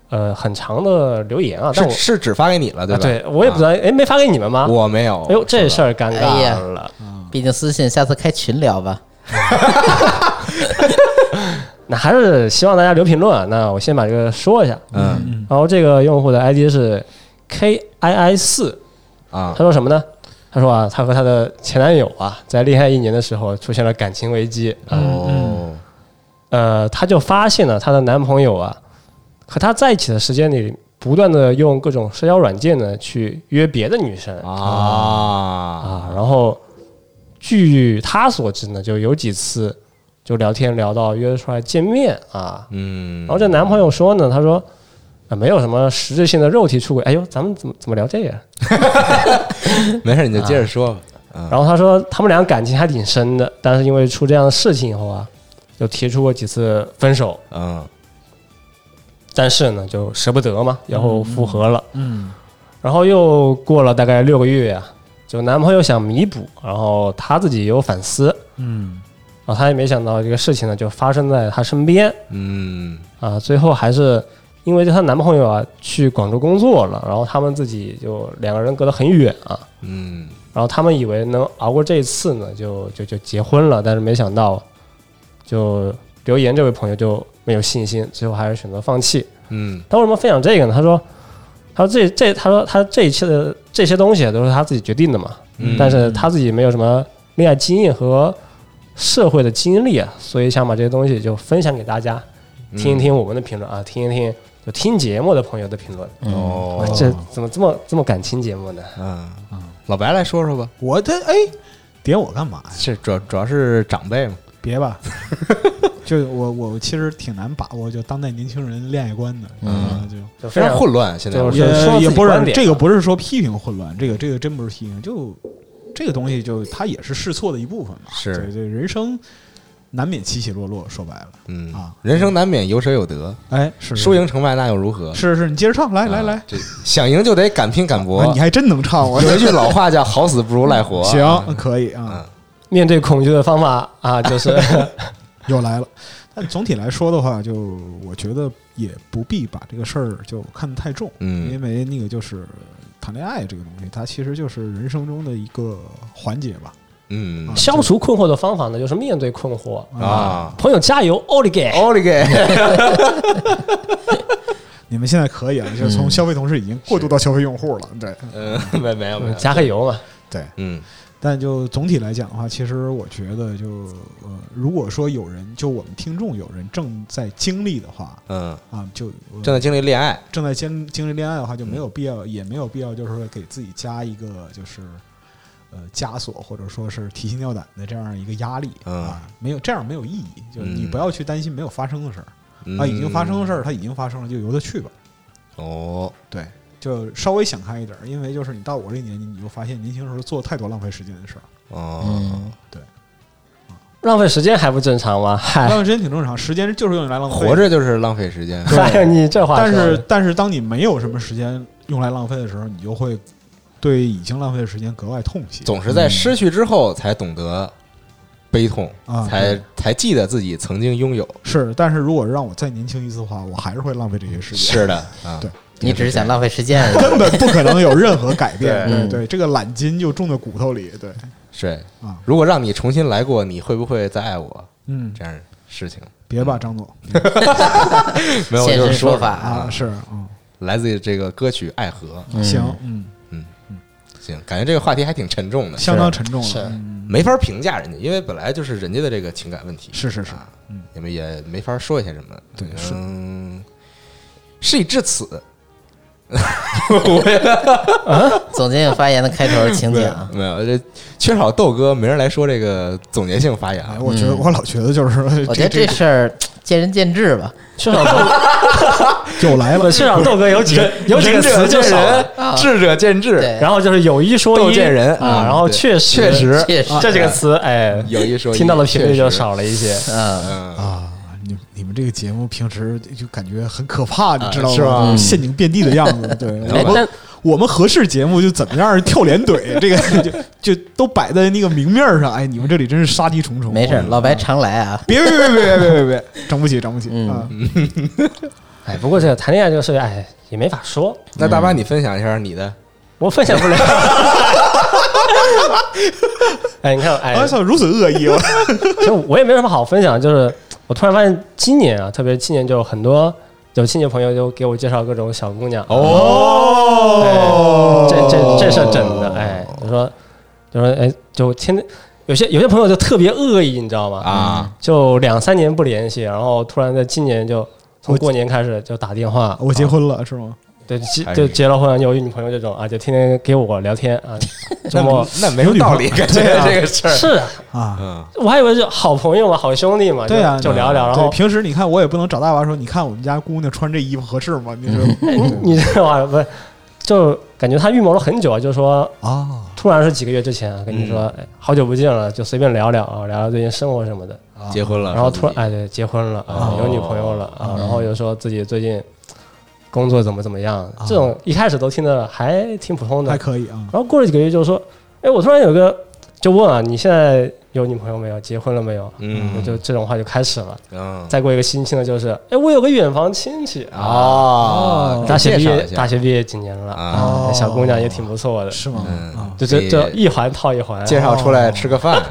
呃很长的留言啊，但
是
我
是只发给你了，对
啊
吧？啊
对我也不知道，哎，没发给你们吗？
我没有。
哎呦，这事儿尴
哎呀
尬了。
嗯
毕竟私信，下次开群聊吧。
那还是希望大家留评论啊。那我先把这个说一下，
嗯
然后这个用户的 ID 是 K I I 四，
啊
他，说什么呢？他说啊，他和他的前男友啊，在恋爱一年的时候出现了感情危机。
哦，
呃，她就发现了她的男朋友啊，和她在一起的时间里，不断的用各种社交软件呢去约别的女生
啊，
啊，然后据她所知呢，就有几次就聊天聊到约出来见面啊，
嗯
然，后这男朋友说呢，他说。啊，没有什么实质性的肉体出轨。哎呦，咱们怎么怎么聊这个？
没事，你
啊
就接着说吧。
嗯
然后他说他们俩感情还挺深的，但是因为出这样的事情以后啊，就提出过几次分手。
嗯
但是呢，就舍不得嘛，然后复合了。
嗯，
然后又过了大概六个月啊，就男朋友想弥补，然后她自己也有反思，
嗯，
然后她也没想到这个事情呢就发生在她身边
嗯
啊，最后还是因为她男朋友啊去广州工作了，然后他们自己就两个人隔得很远啊，
嗯，
然后他们以为能熬过这一次呢，就就就结婚了，但是没想到，就留言这位朋友就没有信心，最后还是选择放弃。
嗯
他为什么分享这个呢？他说，他说这这，他说他这一切的这些东西都是他自己决定的嘛，
嗯
但是他自己没有什么恋爱经验和社会的经历啊，所以想把这些东西就分享给大家，
嗯
听一听我们的评论啊，听一听就听节目的朋友的评论。
哦
哇，这怎么这么这么感情节目呢？
嗯，老白来说说吧，
我的哎，点我干嘛呀？
是主要主要是长辈嘛，
别
*laughs*
吧，就我我其实挺难把握，就当代年轻人恋爱观的，嗯，就
就
非
非
常
常
混乱。现在
就是
也
说自己
也不
观
是
点
这个不是说批评混乱，这个这个真不是批评，就这个东西就它也是试错的一部分嘛，
是
对对，人生难免起起落落，说白了，
嗯
啊，
人生难免有舍有得，
哎，是
输赢成败那又如何？
是是，你接着唱，来来
啊
来，，
这想赢就得敢拼敢搏
啊。你还真能唱，我嗯
有一句嗯老话叫“好死不如赖活”。
*laughs* 行，可以啊，
面对恐惧的方法 *laughs* 啊，就是
*laughs*
又来了。但总体来说的话，就我觉得也不必把这个事儿就看得太重，
嗯
因为那个就是谈恋爱这个东西，它其实就是人生中的一个环节吧。啊
嗯
消除困惑的方法呢，就是面对困惑。
啊，
朋友加油，奥利给！
奥利
*laughs*
给！
你们现在可以了，就是从消费同事已经过渡到消费用户了，对
嗯，没没有没有，
加个油嘛，
对。
嗯
但就总体来讲的话，其实我觉得就呃，如果说有人就我们听众有人正在经历的话
嗯，
啊，就呃
正在经历恋爱，
正在经经历恋爱的话，就没有必要，也没有必要，就是说给自己加一个就是呃枷锁，或者说是提心吊胆的这样一个压力、
嗯
啊，没有这样没有意义。就是你
嗯
不要去担心没有发生的事儿、
嗯
啊，已经发生的事儿它已经发生了，就由它去吧。
哦，
对，就稍微想开一点儿，因为就是你到我这年纪，你就发现年轻时候做太多浪费时间的事儿，
哦，
嗯，
浪费时间还不正常吗？嗨
浪，费时间挺正常，时间就是用来浪费的。
哎活着就是浪费时
*laughs*
间。
还有你这话说
但
的，
是但是当你没有什么时间用来浪费的时候，你就会对已经浪费的时间格外痛惜。
总是在失去之后才懂得悲痛，
啊
才才记得自己曾经拥有。
是，但是如果让我再年轻一次的话，我还是会浪费这些时间。
是的，啊，
对
你只是想浪费时间而已。
*laughs* 根本不可能有任何改变。
对
对
嗯
对，这个懒筋就种在骨头里。对，
是
啊
如果让你重新来过，你会不会再爱我？
嗯，
这样的事
*laughs*
情
别吧，张总
*laughs* 没有，我
现
就是
身说法
啊，
啊，
是嗯，
来自于这个歌曲《爱河
嗯
行，嗯，》。
行，感觉这个话题还挺沉重的，
相当沉重
是
了。嗯
没法评价人家，因为本来就是人家的这个情感问题，
是是是
啊，
嗯，
你们也没法说一些什么。
对是
嗯，事已至
*laughs*
此，我也
总监有发言的开头，请
没有
讲。
没有，这缺少豆哥没人来说这个总结性发言啊
哎，。我觉得我老觉得就是，
我觉得这事儿见仁见智吧。
市场 *laughs* 斗，，
又来了
市场斗格有几个 *laughs* 有几个
仁者
词就
见
少了
仁，智者见智，
对，
然后就是有一说
斗
一，
见人
啊，
嗯
然后
对
确实
确实
确实
这几个词，哎，
有一说一
听到的频率
确
就
实
少了一些。
嗯，
啊，你你们这个节目平时就感觉很可怕，你知道吗？
是吧
就是陷阱遍地的样子。对，
哎
我们
但
我们合适节目就怎么样跳连怼，这个 *laughs* 就就都摆在那个明面上。哎，你们这里真是杀机重重。
没事
嗯
儿，老白常来啊。
别别别别别别
*laughs*
别别，整不起整不起
嗯
啊！
哎，不过这个谈恋爱这个事情，哎，也没法说，
那大巴，你分享一下你的
我分享不 *laughs* 了。哎，你看，哎，
我操，如此恶
*laughs*
意，我
其实我也没什么好分享，就是我突然发现今年啊，特别今年就有很多有亲戚朋友就给我介绍各种小姑娘，
哦
哎这这这事儿整的，哎，就说就说哎，就天天有些有些朋友就特别恶意，你知道吗？
啊，
就两三年不联系，然后突然在今年就从过年开始就打电话，
我结婚了是吗？
对结
哎
就结了婚有女朋友这种啊，就天天给我聊天
*laughs*
啊，周
那
末
那没有
*laughs*
道理，感觉
对啊
这个事儿，
是啊，
啊，
嗯，
我还以为就好朋友嘛，好兄弟嘛，
对啊，
就就聊聊，然
对
后
平时你看我也不能找大娃说，你看我们家姑娘穿这衣服合适吗？你说
*laughs* 你这个话不是，就感觉他预谋了很久啊，就说
哦
啊
突然是几个月之前啊跟你说、
嗯
哎好久不见了，就随便聊聊啊，聊聊最近生活什么的，
结婚了，
然
说
后突然
自己
哎对，结婚了啊
啊哦，
有女朋友了啊，然后又说自己最近工作怎么怎么样，
啊
这种一开始都听着还挺普通的
*laughs* 还，可以啊，
然后过了几个月就说，哎，我突然有个就问啊，你现在有女朋友没有？结婚了没有？
嗯
就这种话就开始了。
嗯
再过一个星期呢，就是哎，我有个远房亲戚啊，
啊，
大学毕业，大
学
学毕业几年了
啊
哎小姑娘也挺不错的，
是吗？
嗯
啊，
就这
也
这一哦环套一环。
介绍出来吃个饭，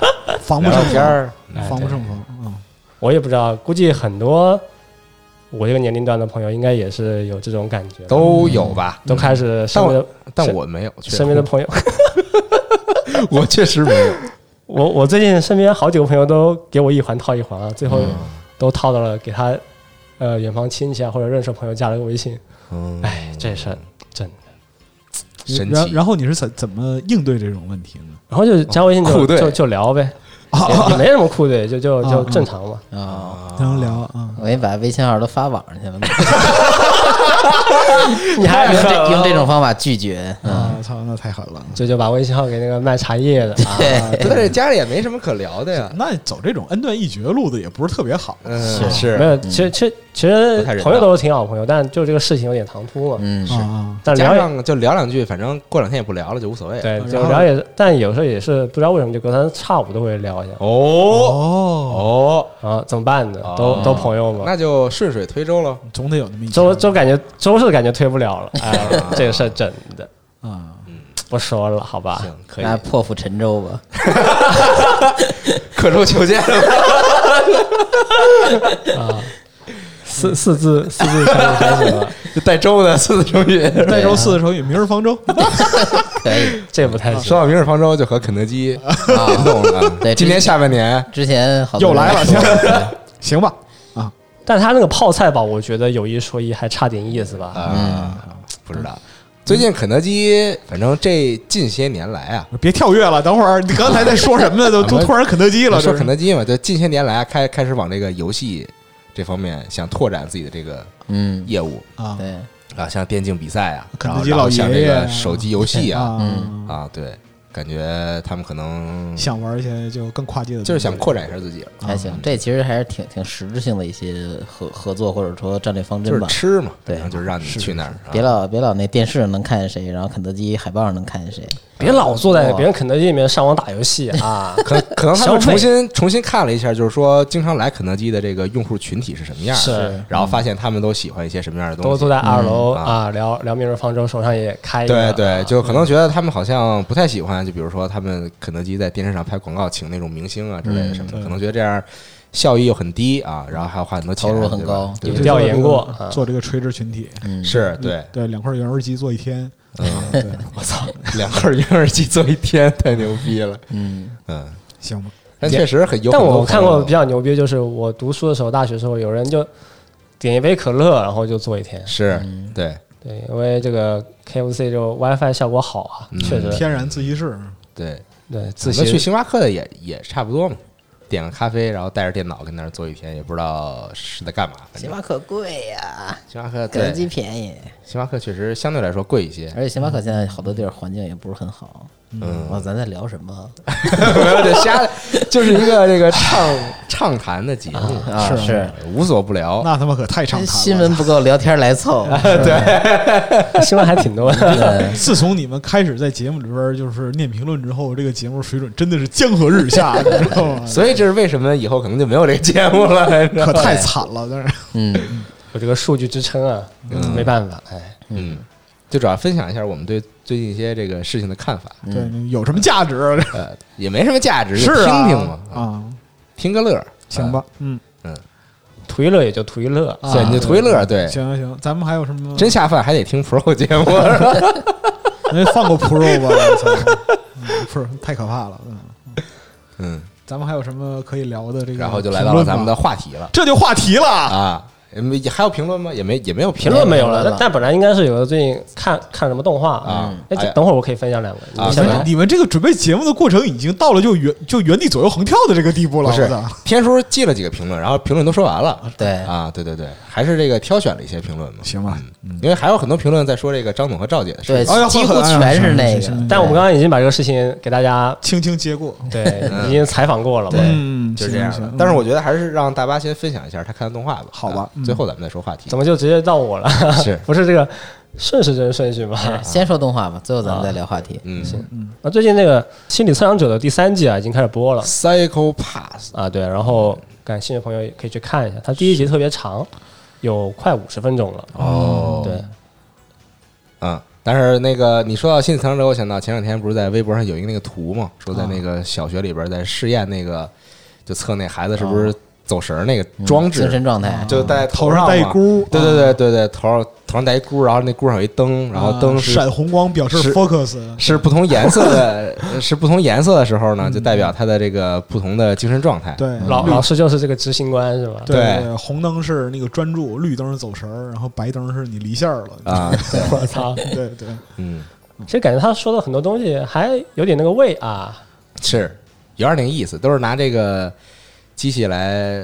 防不
聊聊
胜
天
防，
儿，
哎
防不
对
胜防啊。
我也不知道，估计很多我这个年龄段的朋友应该也是有这种感觉吧，
都有吧？
都开始身边的
但
是
我没有，确实
身边
*laughs*
的哎朋友，
我确实没有，
我我最近身边好几个朋友都给我一环套一环啊，最后
嗯
都套到了给他呃远房亲戚啊或者认识的朋友加了个微信，
嗯，
哎，这事儿真的。
神
然
奇，
然后你是怎怎么应对这种
*laughs*
问题呢？
然后就加微信
酷
就
队
就就
*laughs*
聊呗，也也没什么酷队，就就就正常嘛。
啊，
*laughs* 然后聊啊，
我给你把微信号都发网上去了。 *laughs* 你还用这用这种方法拒绝？嗯，
啊，操，那太狠了。
就就把微信号给那个卖茶叶的，啊
对，
不对，家里也没什么可聊的呀，
那走这种恩断义绝路子也不是特别好。啊
嗯，
没
是，
有，其实其实其
不
实
太人道
朋友都是挺好朋友，但就这个事情有点唐突嘛。
嗯，
啊，
但
加
聊也
上就聊两句，反正过两天也不聊了，就无所谓。
对，
然
就
后
聊也，但有时候也是不知道为什么就隔三差五都会聊一下
哦
哦，
哦，
啊，怎么办呢
哦？
都都朋友嘛，
那就顺水推舟喽。
总得有那么一
周
天
周感觉周是感觉推不
*laughs*
了了，哎， *laughs* 这个事儿真的
啊，
不说了，好吧？
嗯行，啊可以，
那破釜沉舟吧。
刻舟求剑了。
*laughs*
四四字四字成语开始了，
*laughs* 就带周的四字成语。
代周四的成语，明日方舟。
啊
啊可以。
这不太行
*laughs* 说。到明日方舟，就和肯德基 *laughs* 联动了啊。
对
今年下半年
之前好多
又
人
来了，
啊
说
行行吧，
但他那个泡菜吧，我觉得有一说一，还差点意思吧。
啊，不知道。最近肯德基，反正这近些年来啊，
别跳跃了。等会儿你刚才在说什么呢？都
啊
都
没
突然肯德基了，
说
这是
肯德基嘛，就近些年来啊，开开始往这个游戏这方面想拓展自己的这个
嗯，
业务
啊，
对，
啊，像电竞比赛啊，
肯
然
德
后
基
然后
老爷
像这
爷
个
啊
手机游戏啊
嗯，
啊，对，感觉他们可能
想玩一些就更跨界的东西，
啊就是想扩展一下自己，
还行，这其实还是挺挺实质性的一些合合作或者说战略方
就
针
是
吧。
吃嘛，
对
然后就是让你去那儿，啊
别老别老那电视上能看见谁，然后肯德基海报上能看见谁。
别老坐在
哇
别人肯德基里面上网打游戏啊！
可
*laughs*
能可能他
消
们
费
重新重新看了一下，就是说经常来肯德基的这个用户群体是什么样的，
是嗯
然后发现他们都喜欢一些什么样的
都
东西
坐。在二楼
嗯
啊，聊聊明日方舟，手上也开一
对
个啊嗯
对，就可能觉得他们好像不太喜欢，就比如说他们肯德基在电视上拍广告，请那种明星啊之类的
嗯
什么的，可能觉得这样效益又很低啊，然后还要花很多钱，
投入很
对吧
高
对
也
就
调
做这
研
个
过啊
做这个垂直群体，
嗯，
是对，
对，两块圆儿鸡做一天，
嗯，
对，
我操，两块婴儿机做一天太牛逼了，
嗯，
嗯，
行吧，
但确实很有很
但
多朋友。
我看过比较牛逼，就是我读书的时候，大学时候有人就点一杯可乐，然后就坐一天。
是
嗯
对，
对，因为这个 KFC 就 WiFi 效果好啊，确实
天然自习室
对，
对自
嗯自习去
习
星巴克的也也差不多嘛，点个咖啡，然后带着电脑跟那儿坐一天，也不知道是在干嘛。反
星
正
巴克贵呀，
星巴克
肯德
对
基，便宜，
星巴克确实相对来说贵一些。 *laughs*
而且星巴克现在好多地儿环境也不是很好。嗯，哇，咱在聊什么？
没有得瞎，就是一个这个畅畅谈的节目，
啊，是
无所不聊。
那他妈可太畅
新
谈了。
闻不够，聊天
*laughs*
来凑。
*laughs*
嗯
新闻还挺多的。
对，
自从你们开始在节目里边儿就是念评论之后，这个节目水准真的是江河日下，你知 *laughs* 道吗？
所以这是为什么以后可能就没有这个节目了。反正
可太惨了，但是
嗯，
有这个数据支撑啊，没办法，哎，
嗯，就主要分享一下我们对最近一些这个事情的看法，
对有什么价值啊？
呃，也没什么价值，
这
嗯 *laughs* 就是
嗯啊
听听嘛，啊
啊，
听个乐儿，
行吧，嗯，
图一乐也就图一乐，
啊，对，你就图一乐儿，对，
行行行，咱们还有什么？
真下饭还得听 Pro 节目，是吧
那哎放过 Pro
*laughs*
吧，我操，嗯不是太可怕了。嗯，
嗯，
咱们还有什么可以聊的？这个
然后就来到了咱们的
评论吗，
话题了
这就话题了。
啊，没还有评论吗？也没也没有
评论没有
没有
了，
了
但但本来应该是有的，最近看看什么动画
啊哎
哎，
呀
这等会儿我可以分享两个，
啊
你
你
先
们
来。
你们这个准备节目的过程已经到了就原就原地左右横跳的这个地步了，
不是
我操
天叔记了几个评论，然后评论都说完了。
对，
啊，对对对，还是这个挑选了一些评论嘛，
行吧？
因为还有很多评论在说这个张总和赵姐的事
对
情。
哎呀，
几乎
呵呵哎呀
全是
行
那
行
个
行行
但我们刚刚已经把这个事情给大家
轻轻接过，
对已经采访过了嘛，
嗯，
就是这样
行
的
行，
但是我觉得还是让大巴先分享一下他看的动画吧，
好吧
啊
嗯
最后咱们再说话题
怎。么就直接到我了？ *laughs*
是，
不是这个顺时针顺序吗？
先说动画吧，最后咱们再聊话题。
嗯
啊，最近那个《心理测量者》的第三季啊，已经开始播了
，Psycho Pass，
啊，对，然后感兴趣的朋友也可以去看一下，它第一集特别长，有快五十分钟了。
哦
对，
嗯，但是那个你说到心理层之后，我想到前两天不是在微博上有一个那个图嘛，说在那个小学里边在试验那个，就测那孩子是不
哦
是走神儿那个装置啊
嗯
嗯
精，神状态，
就戴
头
上
上戴一
嘛
箍
对对对对对，头上头上戴一箍，然后那箍上有一灯，然后灯
啊
是
闪红光表示
是
focus，
是不同颜色
*laughs*
的，是不同颜色的时候呢，就代表他的这个不同的精神状态。
嗯对，嗯
老
绿
老师就是这个执行官是吧？
对
对
对红灯是那个专注，绿灯是走神儿，然后白灯是你离线儿了。
啊，对
我操！
对对，
嗯，
其实感觉他说的很多东西还有点那个味啊，
是有点那个意思，都是拿这个机器来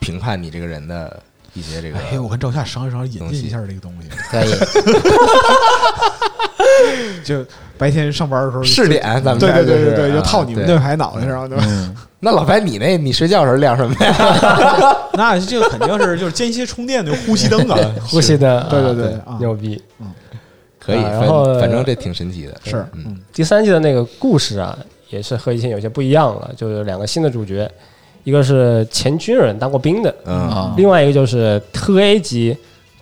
评判你这个人的一些这个。
哎，我跟赵夏商量商量，引进一下这个东西。
可以。
*laughs* 就白天上班的时候就嗯
试点咱们
对对对
这儿
对
就是
对，就
啊
套你们
对嗯
那排脑袋上，对吧？
那老白，你那你睡觉时候亮什么呀？
那这个肯定是就是间歇充电的呼吸灯啊，
*laughs*
呼吸的，
对对
啊
对啊，
牛逼！
*laughs* 可以，
啊
反
然后
反正这挺神奇的。
*laughs* 是
嗯
嗯
第三季的那个故事啊，也是和以前有些不一样了，就是两个新的主角，一个是前军人当过兵的，
嗯
啊，
另外一个就是特 A 级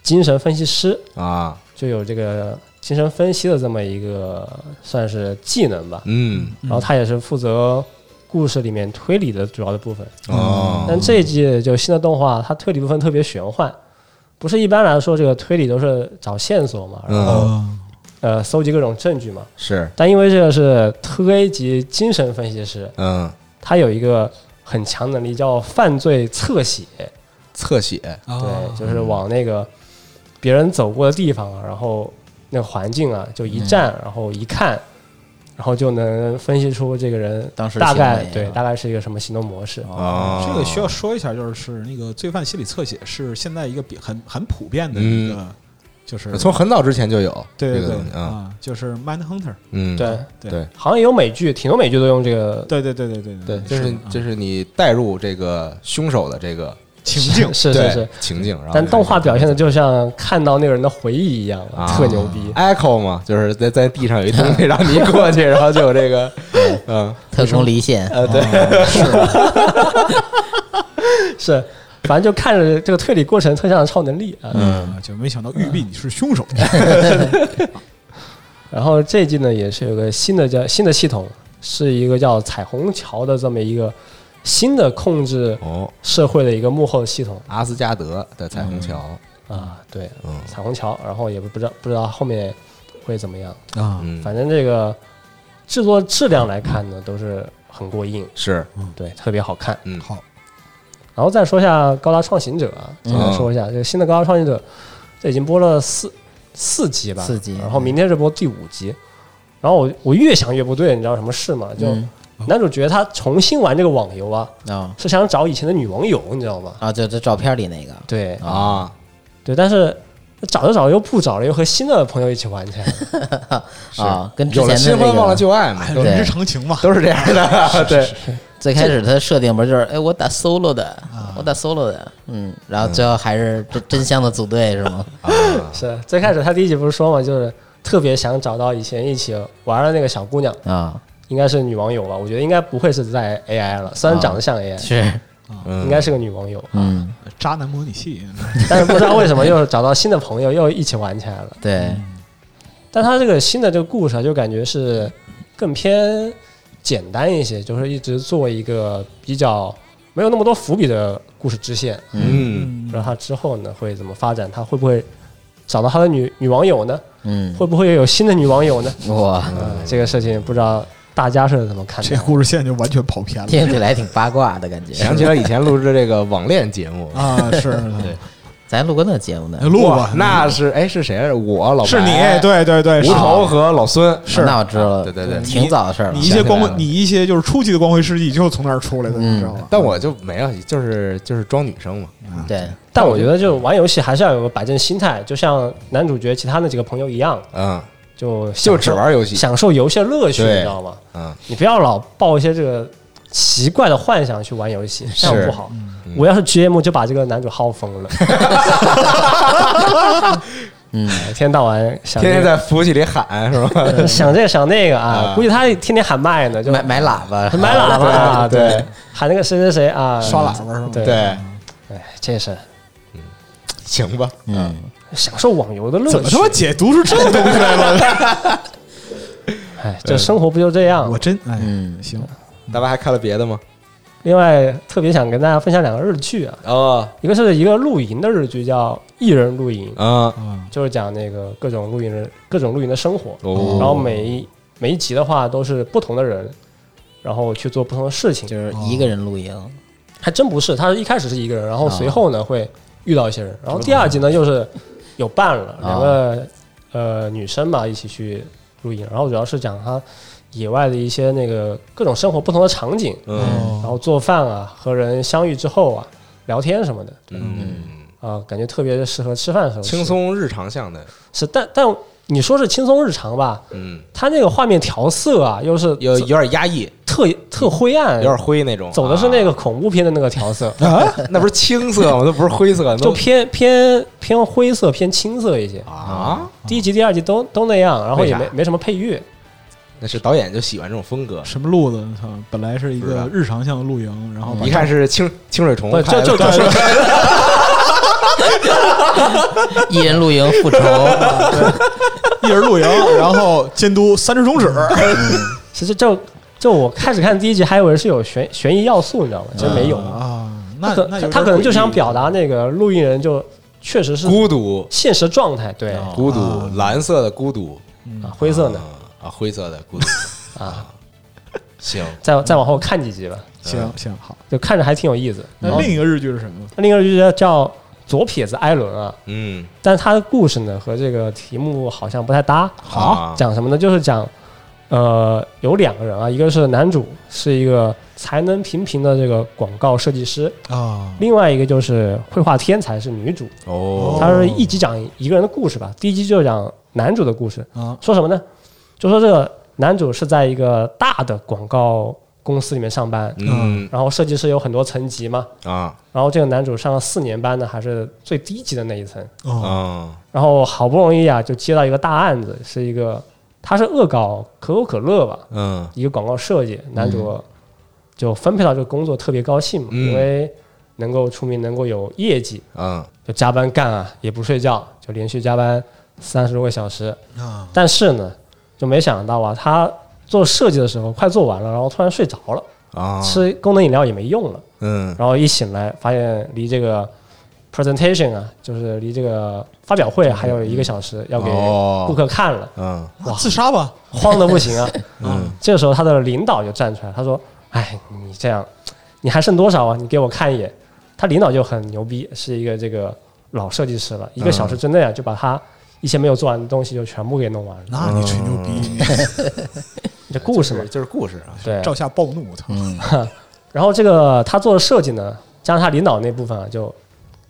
精神分析师，
啊
就有这个精神分析的这么一个算是技能吧。
嗯
然后他也是负责故事里面推理的主要的部分。
哦
嗯
但这一季就新的动画，它推理部分特别玄幻，不是一般来说这个推理都是找线索嘛，然后、
啊
呃搜集各种证据嘛。
是
但因为这个是特 A 级精神分析师，
嗯
他有一个很强能力叫犯罪侧写，
侧写
嗯
对，就是往那个别人走过的地方啊，然后那个环境啊，就一站，
嗯
然后一看，然后就能分析出这个人
当时的
大概
行为啊
对大概是一个什么行动模式。
哦，
这个需要说一下，就是那个罪犯心理侧写是现在一个比很很普遍的一个，就是
嗯从很早之前就有
对对
这个东
对
西啊，
啊，就是 Mind Hunter，
嗯
对，
对
对
好像有美剧，挺多美剧都用这个
对对对对对
对，就是
啊
就是你带入这个凶手的这个
情
*laughs*
境
是
对
是是，
情境，然后
但动画表现的就像看到那个人的回忆一样
啊，
特牛逼。
echo 嘛，就是在在地上有一东西，让你过 *laughs* 去，然后就有这个嗯
特工离线，
呃对
是，反正就看着这个推理过程特像超能力啊。
嗯
啊，就没想到玉璧你是凶手，
然后这一季呢，也是有个新的叫新的系统，是一个叫彩虹桥的这么一个新的控制
哦，
社会的一个幕后系统
阿斯加德的彩虹桥，
啊，对，
嗯
彩虹桥。然后也不知道不知道后面会怎么样，
啊，
嗯，
反正这个制作质量来看呢，都是很过硬，
是
对，特别好看。
嗯
好，
然后再说一下《高达创行者》啊，
嗯
简单说一下这个新的《高达创行者》，这已经播了四四集吧，
四集
然后明天是播第五集。然后我我越想越不对，你知道什么事吗？就
嗯
男主角他重新玩这个网游啊，
啊
是想找以前的女网友，你知道吗？
啊，就这照片里那个
对
啊，
对，但是找着找着又不找了，又和新的朋友一起玩去了。
*laughs*
是
啊，跟之
有
前
了
的
新
那
婚忘了
个
旧爱嘛，
哎，
对
人之常情
*laughs*
嘛。
都是这样 *laughs* 的。对，
最开始他设定不是就是哎，我打 solo 的，
啊
我打 solo 的，嗯，然后最后还是真真香的组队是吗？
是最开始他第一集不是说嘛，就是特别想找到以前一起玩的那个小姑娘，
啊，
应该是女网友吧？我觉得应该不会是在 AI 了，虽然长得像
啊
AI，、
是，
应该是个女网友， *laughs*
嗯，
渣男模拟器，
但是不知道为什么又找到新的朋友，又一起玩起来了。
对，
但他这个新的这个故事啊，就感觉是更偏简单一些，就是一直做一个比较没有那么多伏笔的故事支线。
嗯，
不知道他之后呢会怎么发展，他会不会找到他的女女网友呢？
嗯，
会不会有新的女网友呢？
哇，
嗯，这个事情不知道大家是怎么看
这
的。
故事线就完全跑偏了
听起来挺八卦的感觉。
想起来以前录制这个网恋节目， *laughs*
啊！是，对，
咱录过那节目呢，
录
哇
吧，
那是哎是谁？我老白啊
是你，哎对对对，是
无头和老孙，啊
是
那我知道了，嗯
对对对
挺早的事儿了
你一。些光辉
想起来了嗯
你一些就是初期的光辉事迹，就是从那儿出来的，你知道吗？
但我就没有，就是就是装女生嘛。
对，
但我觉得，就玩游戏还是要有个摆正心态，就像男主角其他那几个朋友一样，
嗯，
就享
就
受
只玩游戏。
享受游戏的乐趣，你
对
知道吗？
嗯，
你不要老抱一些这个奇怪的幻想去玩游戏，这样不好。
嗯
我要是 GM 就把这个男主耗疯
*laughs*
了，
嗯，
一哎天到晚想
天
这
天
个呃
在服务器里喊是吧？
想这个想那个啊
啊，
估计他天天喊麦呢，就
买买喇叭，
买喇叭啊，
对
对，喊那个谁谁谁啊，
刷喇叭是吗？
对
对，
哎，这是
行吧，
嗯，
享受网游的乐趣。
怎么他妈解读出这个东西来了？ *laughs*
哎，这生活不就这样
我？真哎，
嗯
行，
大白还看了别的吗？
另外，特别想跟大家分享两个日剧啊，
哦，
一个是一个露营的日剧，叫《一人露营》，
嗯，
就是讲那个各种露营人各种露营的生活。
哦
然后每一每一集的话都是不同的人，然后去做不同的事情。
*laughs* 就是一个人露营，
还真不是，他一开始是一个人，然后
啊
随后呢会遇到一些人，然后第二集呢又是有伴了，
啊
两个呃女生吧一起去露营，然后主要是讲他野外的一些那个各种生活不同的场景，
嗯
哦
然后做饭啊，和人相遇之后啊，聊天什么的。
嗯，
啊，感觉特别适合吃饭的时候吃
轻松日常向的，
是，但但你说是轻松日常吧，
嗯，
它那个画面调色啊，又是
有有点压抑，
特特灰暗，
有点灰那种，
哎走的是那
个，
个恐怖片的那个调色，
那不是青色吗？那不是灰
*laughs*
色，那
就偏偏偏灰色、偏青涩一些。
啊，
第一集、第二集都都那样，然后也
为啥
没没什么配乐。
那是导演就喜欢这种风格，
什么路子？操，本来是一
是
个
吧嗯
日常向露营，然后把
一看是清清水虫
不，
拍
就
的
就就是
*laughs* 一人露营复仇，
一人露营，然后监督三只中指，
*laughs* 其实就就我开始看第一集，还以为是有悬悬疑要素，你知道吗？其实没有，
啊。
他
那
可他
那有点
他可能就想
诡异
表达那个录音人就确实是
孤独，
现实状态，对啊，
孤独，蓝色的孤独，
灰色呢
啊啊，灰色的孤独，
啊，
行，
再再往后看几集吧，
行行好。
就看着还挺有意思。
那另一个日剧是什么？
另一个就叫叫左撇子艾伦啊，
嗯，
但是他的故事呢和这个题目 *laughs* 好像不太搭。
好
讲什么呢？就是讲，呃，有两个人啊，一个是男主是一个才能平平的这个广告设计师，
啊
另外一个就是绘画天才是女主。
哦，
他是一集讲一个人的故事吧，第一集就讲男主的故事，
啊
说什么呢？就说这个男主是在一个大的广告公司里面上班，
嗯
然后设计师有很多层级嘛，
啊
然后这个男主上了四年班呢，还是最低级的那一层，
啊
啊
然后好不容易啊，就接到一个大案子，是一个他是恶搞可口可乐吧，
嗯
一个广告设计，男主就分配到这个工作，特别高兴嘛，
嗯
因为能够出名，能够有业绩，
嗯
就加班干啊，也不睡觉，就连续加班三十多个小时。
啊！
但是呢，就没想到啊，他做设计的时候快做完了，然后突然睡着了，
啊，
吃功能饮料也没用了，
嗯
然后一醒来发现离这个 presentation 啊，就是离这个发表会还有一个小时要给
哦
顾客看了，
嗯
那自杀吧！
慌的不行
*laughs*
啊。
嗯
这个时候他的领导就站出来，他说：“哎，你这样，你还剩多少啊？你给我看一眼。”他领导就很牛逼，是一个这个老设计师了，一个小时之内啊就把他一些没有做完的东西就全部给弄完了。
那你吹牛逼！
这故事
就
嘛
是，就是故事啊。
对，
照下暴怒，我操！
嗯，
然后这个他做的设计呢，加上他领导那部分啊，就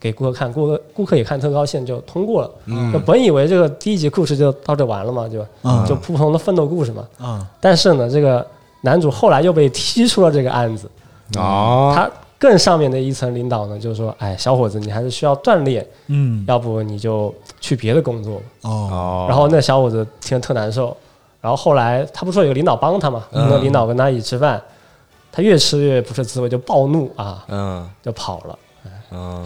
给顾客看，顾客顾客也看特高兴，就通过了。就本以为这个第一集故事就到这完了嘛，就、
嗯
就普通的奋斗故事嘛。
嗯
啊，
但是呢，这个男主后来又被踢出了这个案子，
哦，
他更上面的一层领导呢，就说：“哎，小伙子，你还是需要锻炼，
嗯，
要不你就去别的工作吧。
哦，
哦，
然后那小伙子听着特难受，然后后来他不是说有个领导帮他嘛，那
嗯
领导跟他一起吃饭，他越吃越不是滋味，就暴怒啊，
嗯
就跑了，
嗯，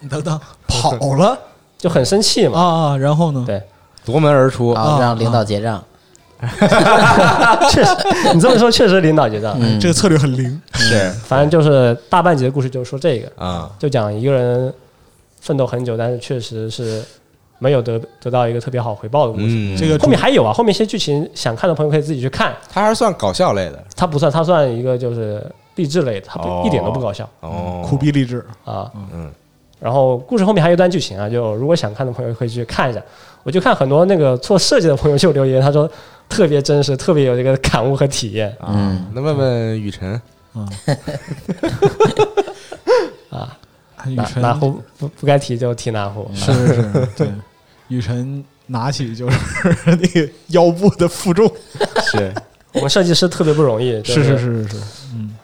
你等等，跑了
就很生气
哦
嘛。
啊！然后呢？
对， *laughs*
夺门而出，
啊
然后让领导结账，
确实，你这么说确实领导觉得，啊
嗯，
这个策略很灵。
是
反正就是大半集的故事就是说这个，
啊，
就讲一个人奋斗很久，但是确实是没有得得到一个特别好回报的故事。
嗯，
这个
后面还有啊，后面一些剧情想看的朋友可以自己去看，
他还是算搞笑类的
它不算，它算一个就是励志类的，它不、
哦
一点都不搞笑
哦，
苦逼励志，
啊。
嗯，
然后故事后面还有一段剧情啊，就如果想看的朋友可以去看一下。我就看很多那个做设计的朋友就留言，他说特别真实，特别有这个感悟和体验。
嗯，
那问问雨辰，
雨
哪
辰
哪壶不不该提就提哪壶，
是是是，对，雨辰拿起就是 *laughs* 那个腰部的负重，
*laughs* 是
我们设计师特别不容易，就是
是是是是，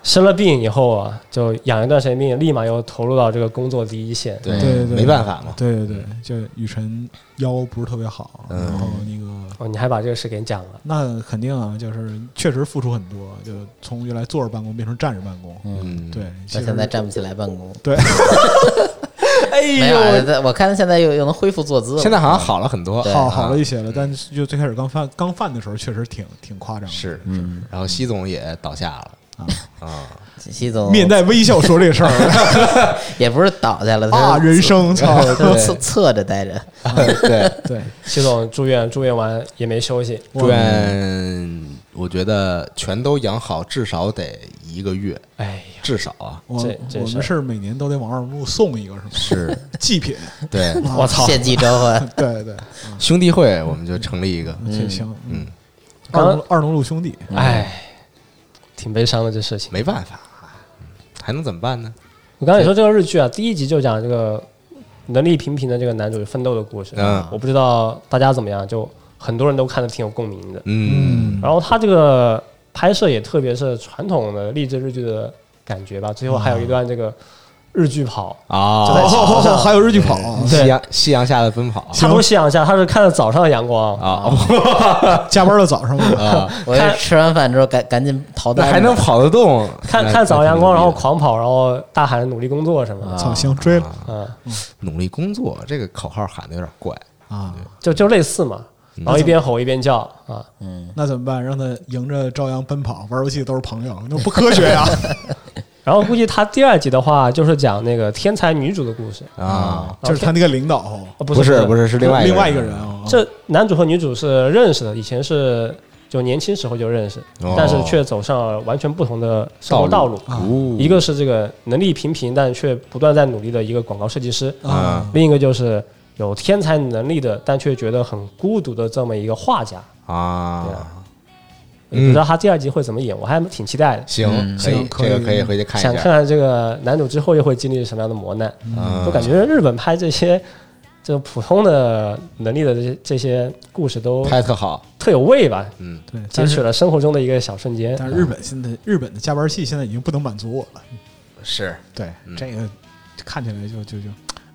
生了病以后啊，就养一段时间病，立马又投入到这个工作第一线。
对
对对对
没办法嘛，
对对对，就雨辰腰不是特别好，
嗯
然后那个。
哦，你还把这个事给你讲了，
那肯定啊，就是确实付出很多，就从原来坐着办公变成站着办公。
嗯，
对，其
到
实
现在站不起来办公。
对，
哎
没有，在我看他现在又又能恢复坐姿了。
现在好像好了很多，
对
好
啊
好了一些了，但是就最开始刚犯刚犯的时候，确实挺挺夸张的，
是，
嗯，
然后西总也倒下了
啊
啊，
习总
面带微笑说这事儿
也不是倒下了，
啊，
他是
人
*laughs*
生操，
他
对
是侧侧着待着，
*laughs* 对，
对，
习总住院，住院完也没休息，
住院我觉得全都养好，至少得一个月，
哎呀，
至少啊，
我
这这
我
事儿
们是每年都得往二木送一个是吗？
*laughs* 是，
祭品，
*laughs* 对，
我操！
献祭召
*laughs*
唤。
对对，
兄弟会我们就成立一个，
这行，
嗯，
二
刚
龙二龙路兄弟，
哎，挺悲伤的这事情。
没办法，啊嗯还能怎么办呢？
我刚才也说这个日剧啊，第一集就讲这个能力平平的这个男主奋斗的故事。
嗯
我不知道大家怎么样，就很多人都看的挺有共鸣的。
嗯，
然后他这个拍摄也特别是传统的励志日剧的感觉吧，最后
嗯
还有一段这个日剧跑，
啊
就在
哦
桥
哦哦
上，
还有日剧跑啊，
对
*laughs*
夕阳夕阳下的奔跑
差不多夕阳下，他是看着早上的阳光，
啊
加班到早上嘛，
啊，
我也是吃完饭之后赶赶紧逃
那
单，
啊还能跑得动？
看
那
看早上阳光，
那
然后
挺
狂跑，然后大喊努力工作什
啊
么的，
操，行追了
嗯，
努力工作这个口号喊的有点怪，
啊，
就就类似嘛，
嗯
然后一边吼一边叫啊，
嗯
那怎么办？让他迎着朝阳奔跑，玩游戏都是朋友，那不科学呀！ *laughs*
然后估计他第二集的话就是讲那个天才女主的故事
啊，
*laughs* 就是他那个领导，
哦
不是
是
不
是，
是是另外
另外一
个
个
人
人，啊，
这男主和女主是认识的，以前是就年轻时候就认识
哦，
但是却走上了完全不同的生活
道
道路。嗯
哦
一个是这个能力平平但却不断在努力的一个广告设计师，
嗯
啊
另一个就是有天才能力的但却觉得很孤独的这么一个画家。
啊
对啊，也
嗯
不知道他第二集会怎么演，我还挺期待的。
行，可以
行可以
这个可以回去看
想
一
看
下，
看这个男主之后又会经历什么样的磨难，
嗯
就感觉日本拍这些就普通的能力的这些这些故事都
拍得特好，
特有味吧，
嗯，
对，
截
但
取
是
了生活中的一个小瞬间。
但是日本现在日本的加班戏现在已经不能满足我了，
是
对
嗯
这个看起来就就就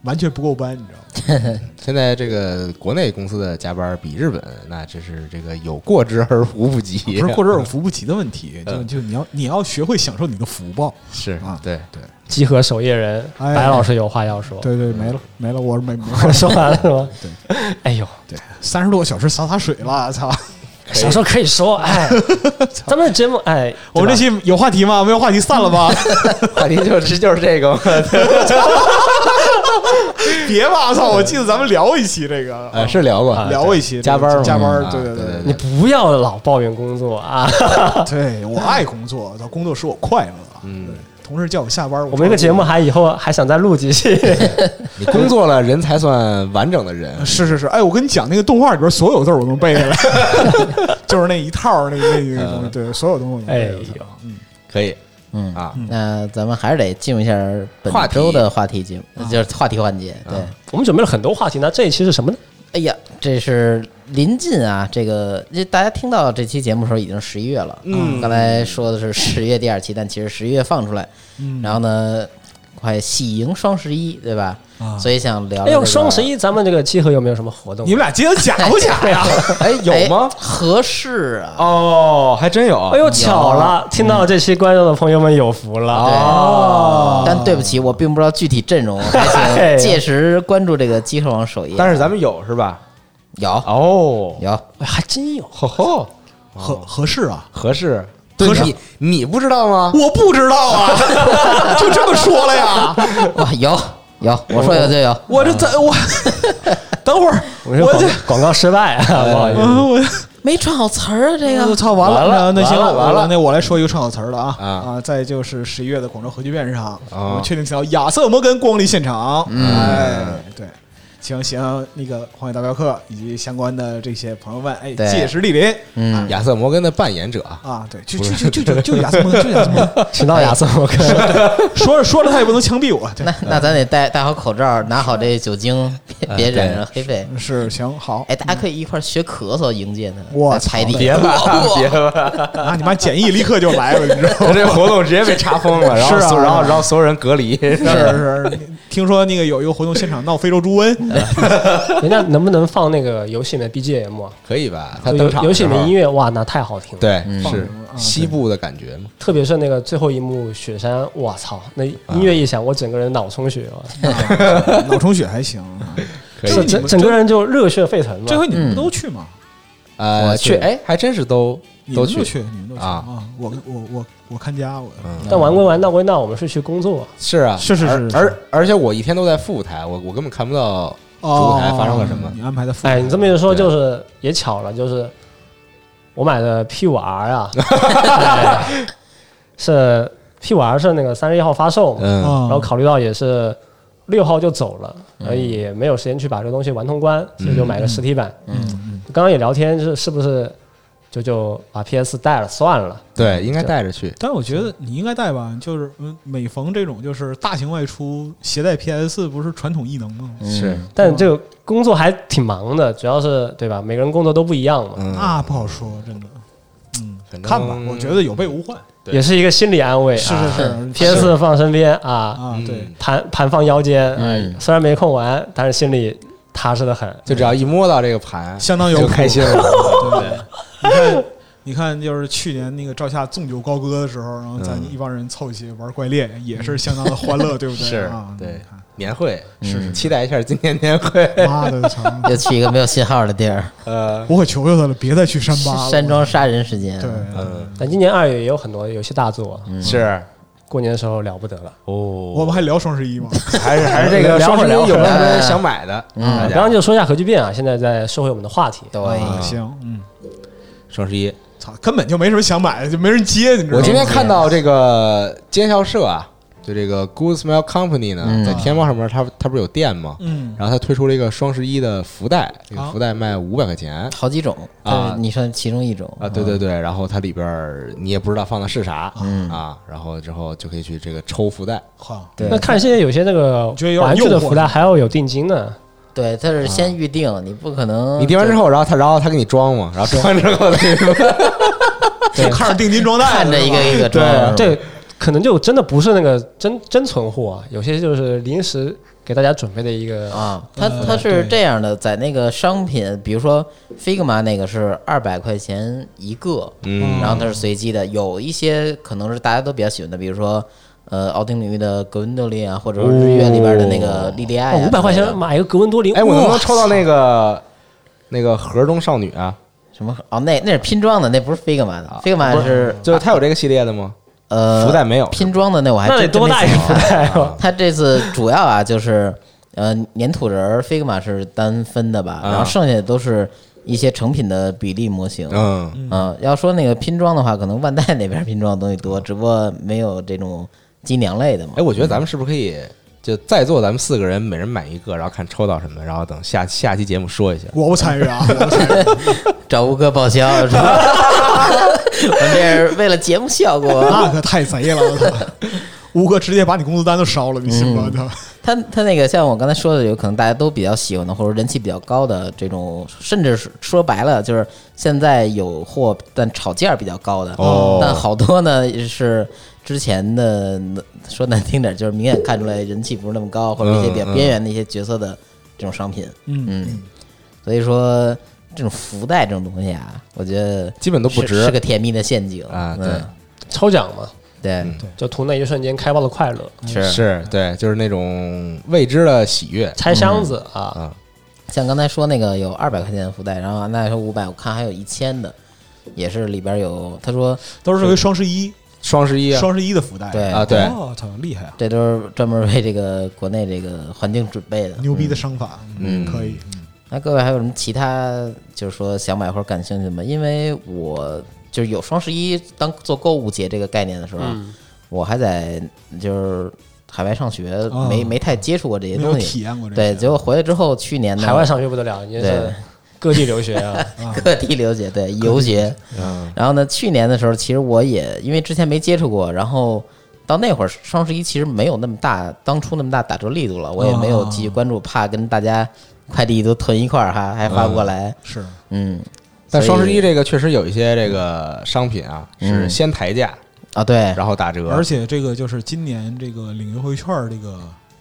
完全不够班，你知道吗？
现在这个国内公司的加班比日本那真是这个有过之而无不及，
哦不是或者有扶不起的问题，就
嗯
就你要你要学会享受你的福报。
*laughs* 是
啊
对对，
集合守夜人，
哎
白老师有话要说。
对对，没了没了，我 *laughs* 没没
我说完了是吗？ *laughs* 哎呦，
对三十多个小时洒洒水了， *laughs* 操！
小时候可以说，哎，咱们节目，哎，
*laughs* 我们这
些
期有话题吗？没有话题散了 *laughs* 吧？
*laughs* 话题就是就是这个嘛，
别吧，操！我记得咱们聊过一期这个，
呃，是聊过
啊
聊过一期
加班
这
嘛
个加
嗯
班，
啊
对
对
对
对
你不要老抱怨工作
*laughs*
啊！
*laughs* 对，我爱工作，操工作使我快乐。嗯，同事叫我下班，
我们这个节目还以后还想再录几期， *laughs*
你工作了，人才算完整的人。
啊是是是，哎，我跟你讲，那个动画里边所有字儿我都能背下来， *laughs* 就是那一套儿那那那个东西，对，所有东西我都
哎
没
呦
有。，嗯，
可以
嗯，
啊，
那咱们还是得进入一下本
话题啊
周的话题节目，就是话题环节。对，
我们准备了很多话题，那这一期是什么呢？
哎呀，这是临近啊，这个这大家听到这期节目的时候已经十一月了。
嗯
刚才说的是十月第二期，但其实十一月放出来，
嗯
然后呢，快喜迎双十一，对吧？
啊
所以想聊聊、
哎
这
呦，
个
双
*laughs*
十一咱们这个集合有没有什么活动
你？们俩今天假不假 *laughs* 呀？
哎，有吗？
哎合适啊，
哎
哦，还真有。
哎呦，巧了，听到这期观众的朋友们有福了
对
啊
哦。
但对不起，我并不知道具体阵容，还
*laughs*
哎
请届时关注这个机客网首页。
但是咱们有是吧？
有
哦，
有，
哎还真有，
吼吼，
合合适啊？
合适。
对
合
你
适。你不知道吗？
我不知道啊，就这么说了呀？
哇有有，我说有就有。
我这怎我等会儿，
我说
我这
广广告失败啊，不好意思。
*laughs* 我
没串好词儿啊，这
我
个
*laughs* 操，完
完了
那那行，
完了完了
我那我来说一个串好词儿的啊
啊
在就是十一月的广州核聚变上，
啊
我们确定请到亚瑟摩根光临现场。哎，对，请喜欢那个《荒野大镖客》以及相关的这些朋友们，哎，
对
届时莅临。
*laughs*
嗯，
亚瑟摩根的扮演者啊，
啊，对，就就就就就就亚瑟摩根，就亚瑟摩根，
迟到亚瑟摩根，
说着说着他也不能枪毙我，对
那，那咱得戴戴好口罩，拿好这酒精，别别染上黑肺。
是行好，
哎，大家可以一块儿学咳嗽迎接他，
我操
踩地
*laughs* 别吧， *laughs* 别吧，
那啊你妈简易立刻就来了，你知道吗？
他这活动直接被查封了，然后
*laughs* 是啊
所然后然后所有人隔离， *laughs*
是啊是，听说那个有一个活动现场闹非洲猪瘟，
人家能不能放那个游戏里面 BGM 啊？
可以吧？他
就
登
游
场
游戏里面音
乐
乐，哇，那太好听了。，
对
放
是
什么啊
西部的感觉嘛？
特别是那个最后一幕雪山，我操，那音乐一响，我整个人脑充血，我操
脑啊充血还行。啊
可
是
以
你们
整整个人就热血沸腾
这
了。
回你们都去吗？
呃，
我
去
去
哎，还真是都
你
都
们都
去
去，你们都去
啊！嗯
我我我我看家，我
但玩归玩，闹归闹，我们是去工作。
是啊，
是是
而
是
而而且我一天都在副台，我我根本看不到
哦
主台发生了什么
你安排的副台
哎，你这么一说，就是也巧了，就是我买的 P 五 R 啊，哎是 P 五 R 是那个三十一号发售嘛，
嗯
啊
然后考虑到也是六号就走了，所以也没有时间去把这个东西玩通关，所以就买个实体版。嗯，刚刚也聊天，就是是不是就就把 PS 带了算了？
对，应该带着去。
但我觉得你应该带吧，就是嗯，每逢这种就是大型外出，携带 PS 不是传统异能吗？
是
但这个工作还挺忙的，主要是对吧？每个人工作都不一样嘛，
嗯，
那不好说，真的。嗯，
反正
看吧，我觉得有备无患
对
也是一个心理安慰。
是是是
PS 放身边啊，
啊。对，
盘盘放腰间，哎
嗯
虽然没空玩，但是心里踏实的很。
就只要一摸到这个盘，
相当有
啊就
谱
开心了。
对，你看，你看，就是去年那个赵夏纵酒高歌的时候，然后咱
嗯
一帮人凑一起玩怪猎，也是相当的欢乐，对不
*laughs*
对？
是
啊，
对
你看
年会
是
期待一下今年年会。
妈的，操！
又去一个没有信号的地儿，
呃，
我可求求他了，别再去山吧了。
山庄杀人时间。
对，
嗯，
但今年二月也有很多游戏大作，
嗯
是
过年的时候了不得了。
我
哦，
们还聊双十
*laughs*
一吗？
还是还是这
聊
个双十一
聊
有没嗯有什
聊
么想买的？大
嗯刚
家
刚就说一下核聚变啊，现在在收回我们的话题。
对，
啊行，嗯，
双十一，
操，根本就没什么想买的，就没人接，你知道吗？
我今天看到这个尖校社啊，就这个 Good Smell Company 呢，
嗯
在天猫上面，它它不是有店吗？
嗯，
然后它推出了一个双十一的福袋，这个
啊
福袋卖五百块钱
好几种
啊
就是你说其中一种
啊，对对对，然后它里边儿你也不知道放的是啥
嗯
啊，然后之后就可以去这个抽福袋，
好，
对
那看现在有些这个
觉得有点
玩具
诱
的
惑
福袋还要有定金呢，
对，它是先预定，你不可能
你订完之后，然后他然后他给你装嘛，然后装完之后那个
就看着定金装袋，
看着一个一个装，是吧
这可能就真的不是那个真真存货啊，有些就是临时给大家准备的一个哦
啊，它
嗯
呃
它是
对
这样的，在那个商品，比如说 Figma 那个是二百块钱一个，
嗯
然后它是随机的，有一些可能是大家都比较喜欢的，比如说呃奥丁领域的格温多利啊，或者说日月里边的那个莉莉艾啊，
哦五百块
之类
钱
的
买一个格温多林，
*laughs* 哎，我能不能
哇
抽到那个那个盒中少女啊？
什么哦，那那是拼装的，那不是 Figma
哦
的，Figma 是
就是它有这个系列的吗？
呃
福袋没有
拼装的那我还
那得
真
多大一个福？
哎真没想到
袋啊？
它这次主要啊就是呃粘土人儿 Figma 是单分的吧，
啊
然后剩下的都是一些成品的比例模型，
嗯，
嗯，要说那个拼装的话，可能万嗯代那边拼装的东西多，只不过没有这种精良类的嘛哎
哎，。我觉得咱们是不是可以就在座咱们四个人每人买一个，然后看抽到什么，然后等下下期节目说一下。
我不参与
*laughs*
啊，我不参与
找吴哥报销是吧？ *laughs* 我这是为了节目效 *laughs* 果。
那可太贼了！我操，吴哥直接把你工资单都烧了，你信
嗯
吗？他
他他那个像我刚才说的，有可能大家都比较喜欢的，或者人气比较高的这种，甚至是说白了就是现在有货，但炒价比较高的。
哦
但好多呢是之前的说难听点，就是明显看出来人气不是那么高，或者一些比
嗯
较边缘的一些角色的这种商品。
嗯
所以说这种福袋这种东西啊，我觉得
基本都不
是
值
是个甜蜜的陷阱
啊对
嗯
*laughs* 抽奖嘛，
对
就图那一瞬间开爆的快乐，
是
嗯是对，就是那种未知的喜悦。
拆箱子啊，
像刚才说那个有二百块钱的福袋，然后那说五百，我看还有一千的，也是里边有他说
都是为双十一，
双十一啊，
双十一的福袋
对
啊对
我操，厉害啊！
这都是专门为这个国内这个环境准备的。
牛逼的商法，嗯，可以，
那各位还有什么其他就是说想买或者感兴趣的吗？因为我就是有双十一当做购物节这个概念的时候，
嗯
我还在就是海外上学，
哦
没没太接触过这些
没有
东
体
西。
验过这
对，
个，
结果回来之后，去年呢
海外上学不得了，你
对
是各地留学啊，
*laughs*
*laughs* 各地留学，对游学。然后呢，去年的时候，其实我也因为之前没接触过，然后到那会儿双十一其实没有那么大当初那么大打折力度了，我也没有继续关注，怕跟大家快递都囤一块儿哈，还发不过来。
是
嗯，
但
所以
双十一这个确实有一些这个商品啊，是
嗯
先抬价，
啊，对，
然后打折，
而且这个就是今年这个领优惠券儿这个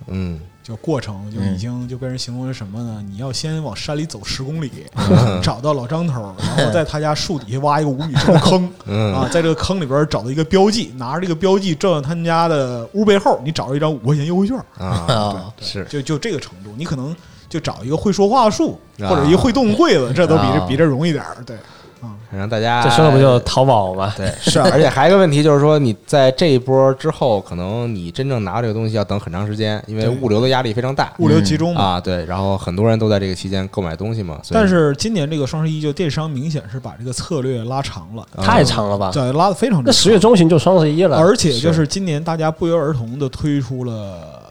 嗯，
就过程，就
嗯
已经就被人形容为什么呢？你要先往山里走十公里，
嗯
*laughs* 找到老
*laughs*
张头儿，然后在他家树底下挖一个五米深的坑，
嗯
啊，在这个坑里边儿找到一个标记，拿着这个标记照到他们家的屋背后，你找到一张五块钱优惠券儿，
啊，
嗯
对
是
就就这个程度，你可能就找一个会说话的树，
啊
或者一个会动的柜子，这都比这
啊
比这容易点儿。对，
让大家
这说的不
哎
就是淘宝吗？
对，是，而且还有一个问题就是说，你在这一波之后，可能你真正拿这个东西要等很长时间，因为
对
物流的压力非常大
物流集中嘛。
啊。对，然后很多人都在这个期间购买东西嘛，所以
但是今年这个双十一，就电商明显是把这个策略拉长了，
嗯
太长
啊
了吧？
对，拉的非常
那
长。
十月中旬就双十一了，
而且就是今年大家不约而同的推出了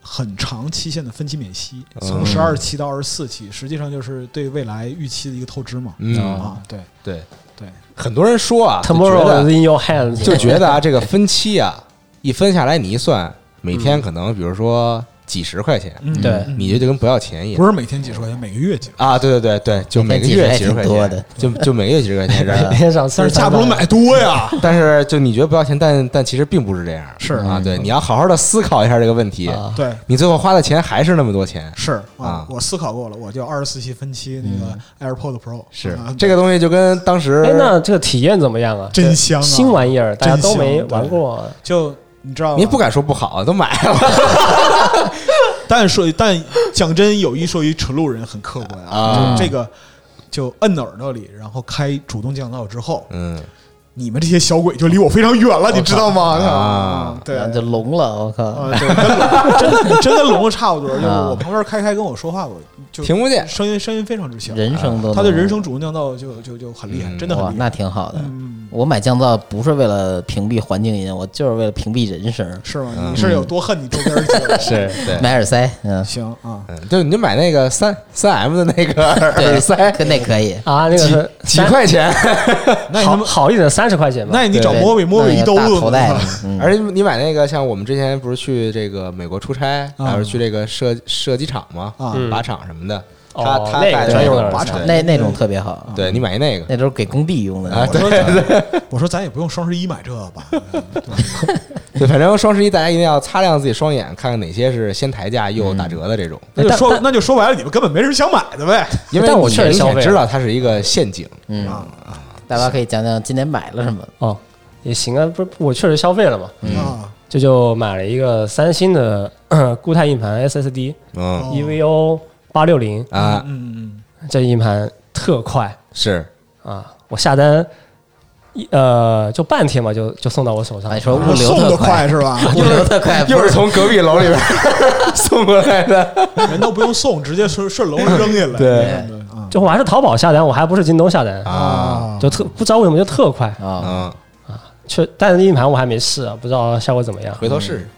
很长期限的分期免息，从十
嗯
二期到二十四期，实际上就是对未来预期的一个透支嘛。
嗯
啊，对
对
对，
很多人说啊，就觉
Tomorrow
得
is in your hands，
就觉得啊，这个分期啊，一分下来你一算，每天可能比如说几十块钱，
嗯
对
你就就跟不要钱一样
不。是每天几十块钱，每个月几十块钱，
啊，对对对对，就每个月几十块
挺多
钱
的，
就就每个月几十块钱，
*laughs*
然后
每天上
但是架不住买多呀。
但是就你觉得不要钱，但但其实并不是这样，
是
啊，对，你要好好的思考一下这个问题，
啊，
对，
你最后花的钱还是那么多钱，
是
啊嗯
我思考过了，我就二十四期分期那个 AirPod Pro
是
啊
这个东西就跟当时
*laughs* 哎，那这个体验怎么样啊？
真香啊
新玩意儿，大家
真
都
香
没
对
玩过，啊
就你知道吧，
你也不敢说不好，都买了
但说但讲真，有一说一，纯路人很客观
啊
啊，就这个就摁到耳朵里，然后开主动降噪之后，
嗯，
你们这些小鬼就离我非常远了，你知道吗？嗯
啊
对
然，后就聋了，我靠
啊，，对，跟龙真的真跟聋了差
啊
不多，就是我旁边开开跟我说话，我就
听不见
声音声音非常之小，
人声都
啊他的
聋
人声主动降噪就就就很厉害，
嗯
真的
哇
很，厉害。
那挺好的。
嗯，
我买降噪不是为了屏蔽环境音，我就是为了屏蔽人声。
是
嗯
吗？你是有多恨你周边儿的人？
是对，
买耳塞，嗯，
行啊，
嗯，就你就买那个三三 M 的那个
*laughs*
耳塞，
跟那可以。
啊，那个
几
是
几
三
块钱，
那你他
好
妈
好一点，三十块钱哎吧
那。你找
对
摸比摸比
弄
一
个
兜
大
子
头戴
*laughs*
*laughs*
呢，，
嗯
而且你买那个像我们之前不是去这个美国出差，还是去这个射射击场嘛，
啊
靶场什么的，
嗯哦
他他
那个
带
专用的
那个
耳
靶
塞
场，
那那种特别好，
对你买啊那个
那都是给工地用的。
啊，对
我说咱 *laughs* 我说咱也不用双十一买这个吧，
对，反正双十一大家一定要擦亮自己双眼，看看哪些是先抬价又打折的这种，
那就说那就说白了，你们根本没人想买的呗。
因为
嗯但我
你
确实
明
消
显
费
知
了
道它是一个陷阱。
嗯，
啊
大巴可以讲讲今年买了什么？
哦，也行啊，不是我确实消费了嘛，
啊，
这就买了一个三星的 *clears throat* 呃固态硬盘 SSD
嗯
哦
EVO E 八六零，
啊，
嗯
这硬盘特快
是
啊，我下单一呃就半天吧，就就送到我手上
哎
你。说
嗯，
物流
送
特
的快，是吧？
物流特快，
*laughs* 又是从隔壁楼里边 *laughs* 送过来的。
人都不用送，直接顺顺楼扔进来。
对
啊
就我还是淘宝下单，我还不是京东下单，
啊，
就特不知道为什么就特快。
啊，
嗯，
确，但是硬盘我还没试啊，不知道效果怎么样。
回头试试。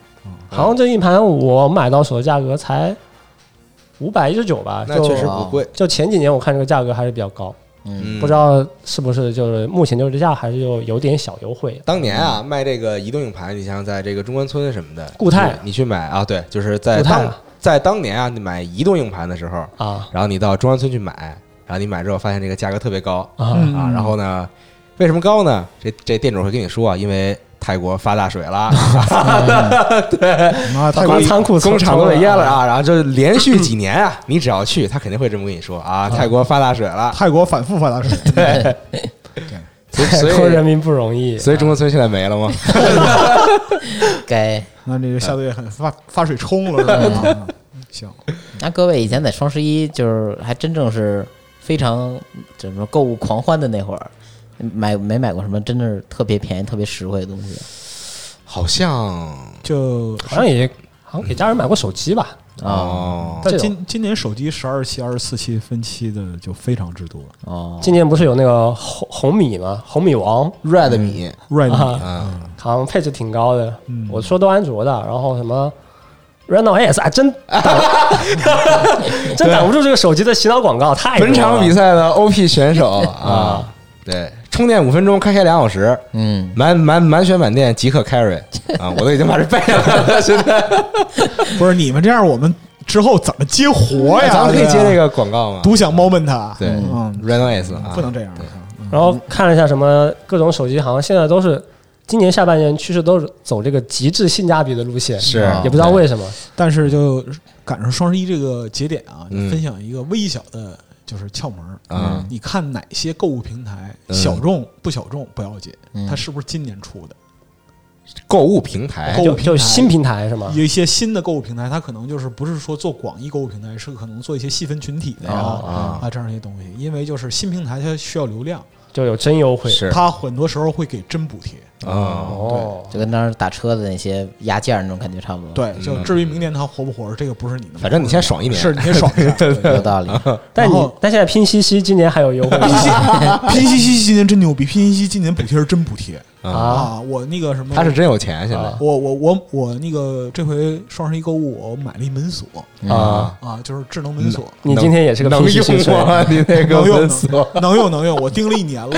好像这硬盘我买到手的价格才五百一十九吧，
那
就
确实不贵。
就前几年我看这个价格还是比较高，
嗯，
嗯，
不知道是不是就是目前就是这价还是有有点小优惠。
当年啊，卖这个移动硬盘，你像在这个中关村什么的，
固态
你去买啊，对，就是在
固态啊
当在当年啊，你买移动硬盘的时候，
啊
然后你到中关村去买，然后你买之后发现这个价格特别高
啊
嗯
啊，然后呢，为什么高呢？这这店主会跟你说啊，因为泰国发大水了，
妈太
把
贵，
仓库
工厂
抽
都
了
给淹了啊，然后就连续几年啊，你只要去，他肯定会这么跟你说啊，泰国发大水了，
泰国反复发大水，对，
所以
泰 *laughs*
所
国人
以
民不容易，
所以中关村现在没了吗？
该。
那这个下个月很发发水冲了是吧？行，
那各位以前在双十一就是还真正是非常怎么说购物狂欢的那会儿，买没买过什么真的是特别便宜、特别实惠的东西？
好像
就
好像也好像给家人买过手机吧？
哦，
但
这
今今年手机十二期、二十四期分期的就非常之多
哦，
今年不是有那个红红米吗？红米王
red
嗯
米
，Redmi
啊，
啊，
好像配置挺高的
嗯。
我说都安卓的，然后什么 Reno S 啊，真挡真挡不住这个手机的洗脑广告，太多了
本场比赛的 OP 选
*laughs*
手啊，
啊，
对，充电五分钟，开开两小时，
嗯，
满满满血满电即刻 carry 啊！我都已经把这背下来
*laughs*
了，现在
不是你们这样，我们之后怎么接活呀？
啊咱们可以接这个
个
广告吗？
独享 moment 啊，
对
嗯，
，Reno S 啊，
不能这样啊。嗯
然后看了一下什么各种手机，好像现在都是今年下半年趋势都是走这个极致性价比的路线，
是
也不知道为什么
但是就赶上双十一这个节点啊，
嗯
分享一个微小的，就是窍门儿
啊
你看哪些购物平台
嗯
小众不小众不要紧，
嗯
它是不是今年出的？
购物平台
购
哎就
物平
就
台嗯
新平台是
啊
吗？
有一些新的购物平台，它可能就是不是说做广义购物平台，是可能做一些细分群体的呀
啊
啊这样一些东西。因为就是新平台它需要流量，
就有真优惠
是
它很多时候会给真补贴。
啊，
哦，
就跟当时打车的那些压价那种感觉差不多。，
对，就至于明年它活不活，这个不是你能。
反正你先爽一年，
是你先爽一
*laughs*
下。对
有道理。
但你
然后
但现在拼夕夕今年还有优惠
拼夕夕今年真牛逼，拼夕夕今年补贴是真补贴
啊，
*laughs* 啊！我那个什么，
他是真有钱现
啊
在
我我我我那个这回双十一购物，我买了一门锁
啊！
啊，就是智能门锁，
你今天也是个
能
拼夕
用
夕水
吗？你那个
能用
门锁
能用能用，我盯了一年了。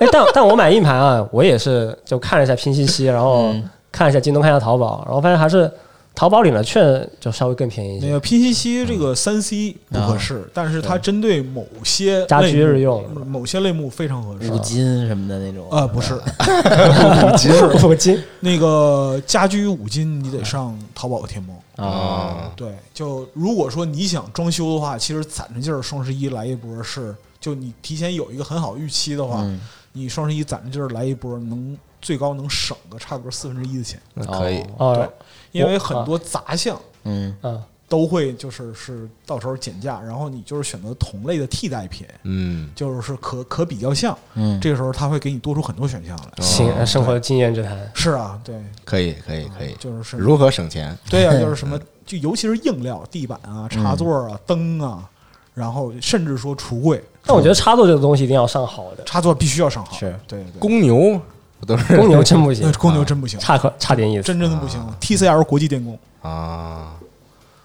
哎，但但我买硬盘啊，我也是就看了一下拼夕夕，然后看一下京东，看一下淘宝，然后发现还是淘宝领了券就稍微更便宜一
那
些
个拼夕夕这个三 C 不合适，但是它针对某些类目
家居日用是吧
某些类目非常合适
五。金什么的那种，
啊，不是
五金，五金
那个家居五金，你得上淘宝、天猫。
啊，
对，就如果说你想装修的话，其实攒着劲儿，双十一来一波是，就你提前有一个很好预期的话，
嗯
你双十一攒着劲儿来一波，能最高能省个差不多四分之一的钱，
那可以，
哦，
因为很多杂项
嗯
嗯，
都会就是是到时候减价，然后你就是选择同类的替代品，
嗯，
就是可可比较项，
嗯，
这个时候它会给你多出很多选项来。
行，呃生活经验之谈，
是啊，对，
可以，可以，可以，
就是是
如何省钱？
对呀、就是什么，就尤其是硬料，地板啊、插座啊、灯啊，然后甚至说橱柜，
但我觉得插座这个东西一定要上好的，
插座必须要上好。
是
对对对，
公牛不 *laughs* 都是
公牛真不行
那，公牛真不行，
啊差可差点意思。
真真的不行。TCL 国际电工，
*laughs* 啊？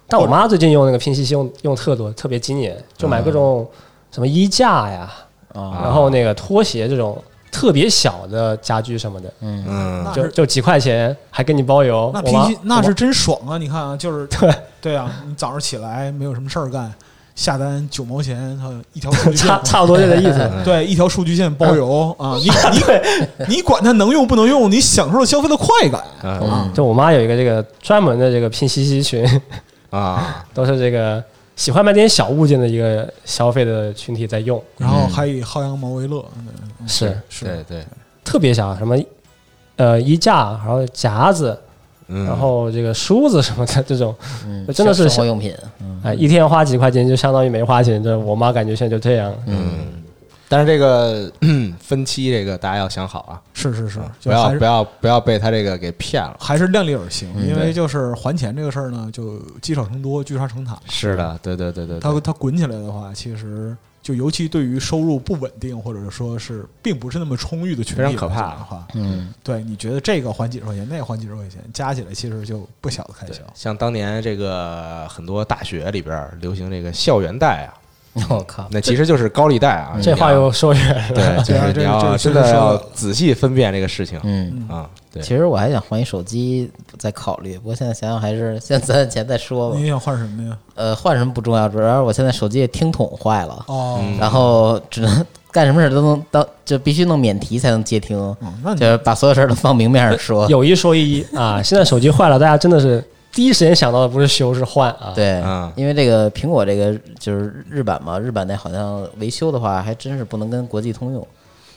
但我妈最近用那个拼夕夕用用特多，特别惊艳，就买各种什么衣架呀，
啊，
然后那个拖鞋这种特别小的家居什么的，
嗯
那
就是就几块钱还给你包邮。
那
我妈
脾气那是真爽啊！你看啊，就是
*laughs* 对
对啊，你早上起来没有什么事儿干，下单九毛钱，它一条数据
*laughs*
线
差差嗯不多就这意思。
对，一条数据线包邮啊！你
*laughs*
你你管它能用不能用，你享受消费的快感。
嗯
就我妈有一个这个专门的这个拼夕夕群， *laughs*
啊，
都是这个喜欢买点小物件的一个消费的群体在用，
然后还以薅羊毛为乐，嗯
*laughs*
嗯
是
对对，
特别小，什么呃衣架，然后夹子，
嗯，
然后这个梳子什么的这种，
嗯
真的是
生活用品。
哎，一天花几块钱就相当于没花钱。这我妈感觉现在就这样，
嗯，但是这个 *clears throat* 分期这个大家要想好啊，
是是是，
不
就
要
还
不
是
要不要被他这个给骗了。
还是量力而行，因为
对
就是还钱这个事儿呢，就积少成多，聚沙成塔。
啊是的，对对对对，
它它滚起来的话，其实就尤其对于收入不稳定或者说是并不是那么充裕的群
非
体
常可
来讲
怕
的话，
嗯，
对，你觉得这个还几十块钱，那个还几十块钱，加起来其实就不小的开销。
像当年这个很多大学里边儿流行这个校园贷啊，
*laughs* 我靠，
那其实就是高利贷啊。
嗯这话
你要
又说 *laughs* 远
对，
了。
就
对啊
是你
这个这
要
个
真
确
的
实说
要
了
仔细分辨这个事情
嗯。
啊。对，
其实我还想换一手机再考虑，不过现在想想还是先攒攒钱再说吧
你。想换什么呀？
呃，换什么不重要，主要是我现在手机的听筒坏了，
哦，
嗯
然后只能干什么事儿都能当，就必须弄免提才能接听，
嗯那你
就是把所有事儿都放明面儿说。
有一说一啊，现在手机坏了，大家真的是第一时间想到的不是修是换啊。，
对
啊，
因为这个苹果这个就是日版嘛，日版那好像维修的话还真是不能跟国际通用。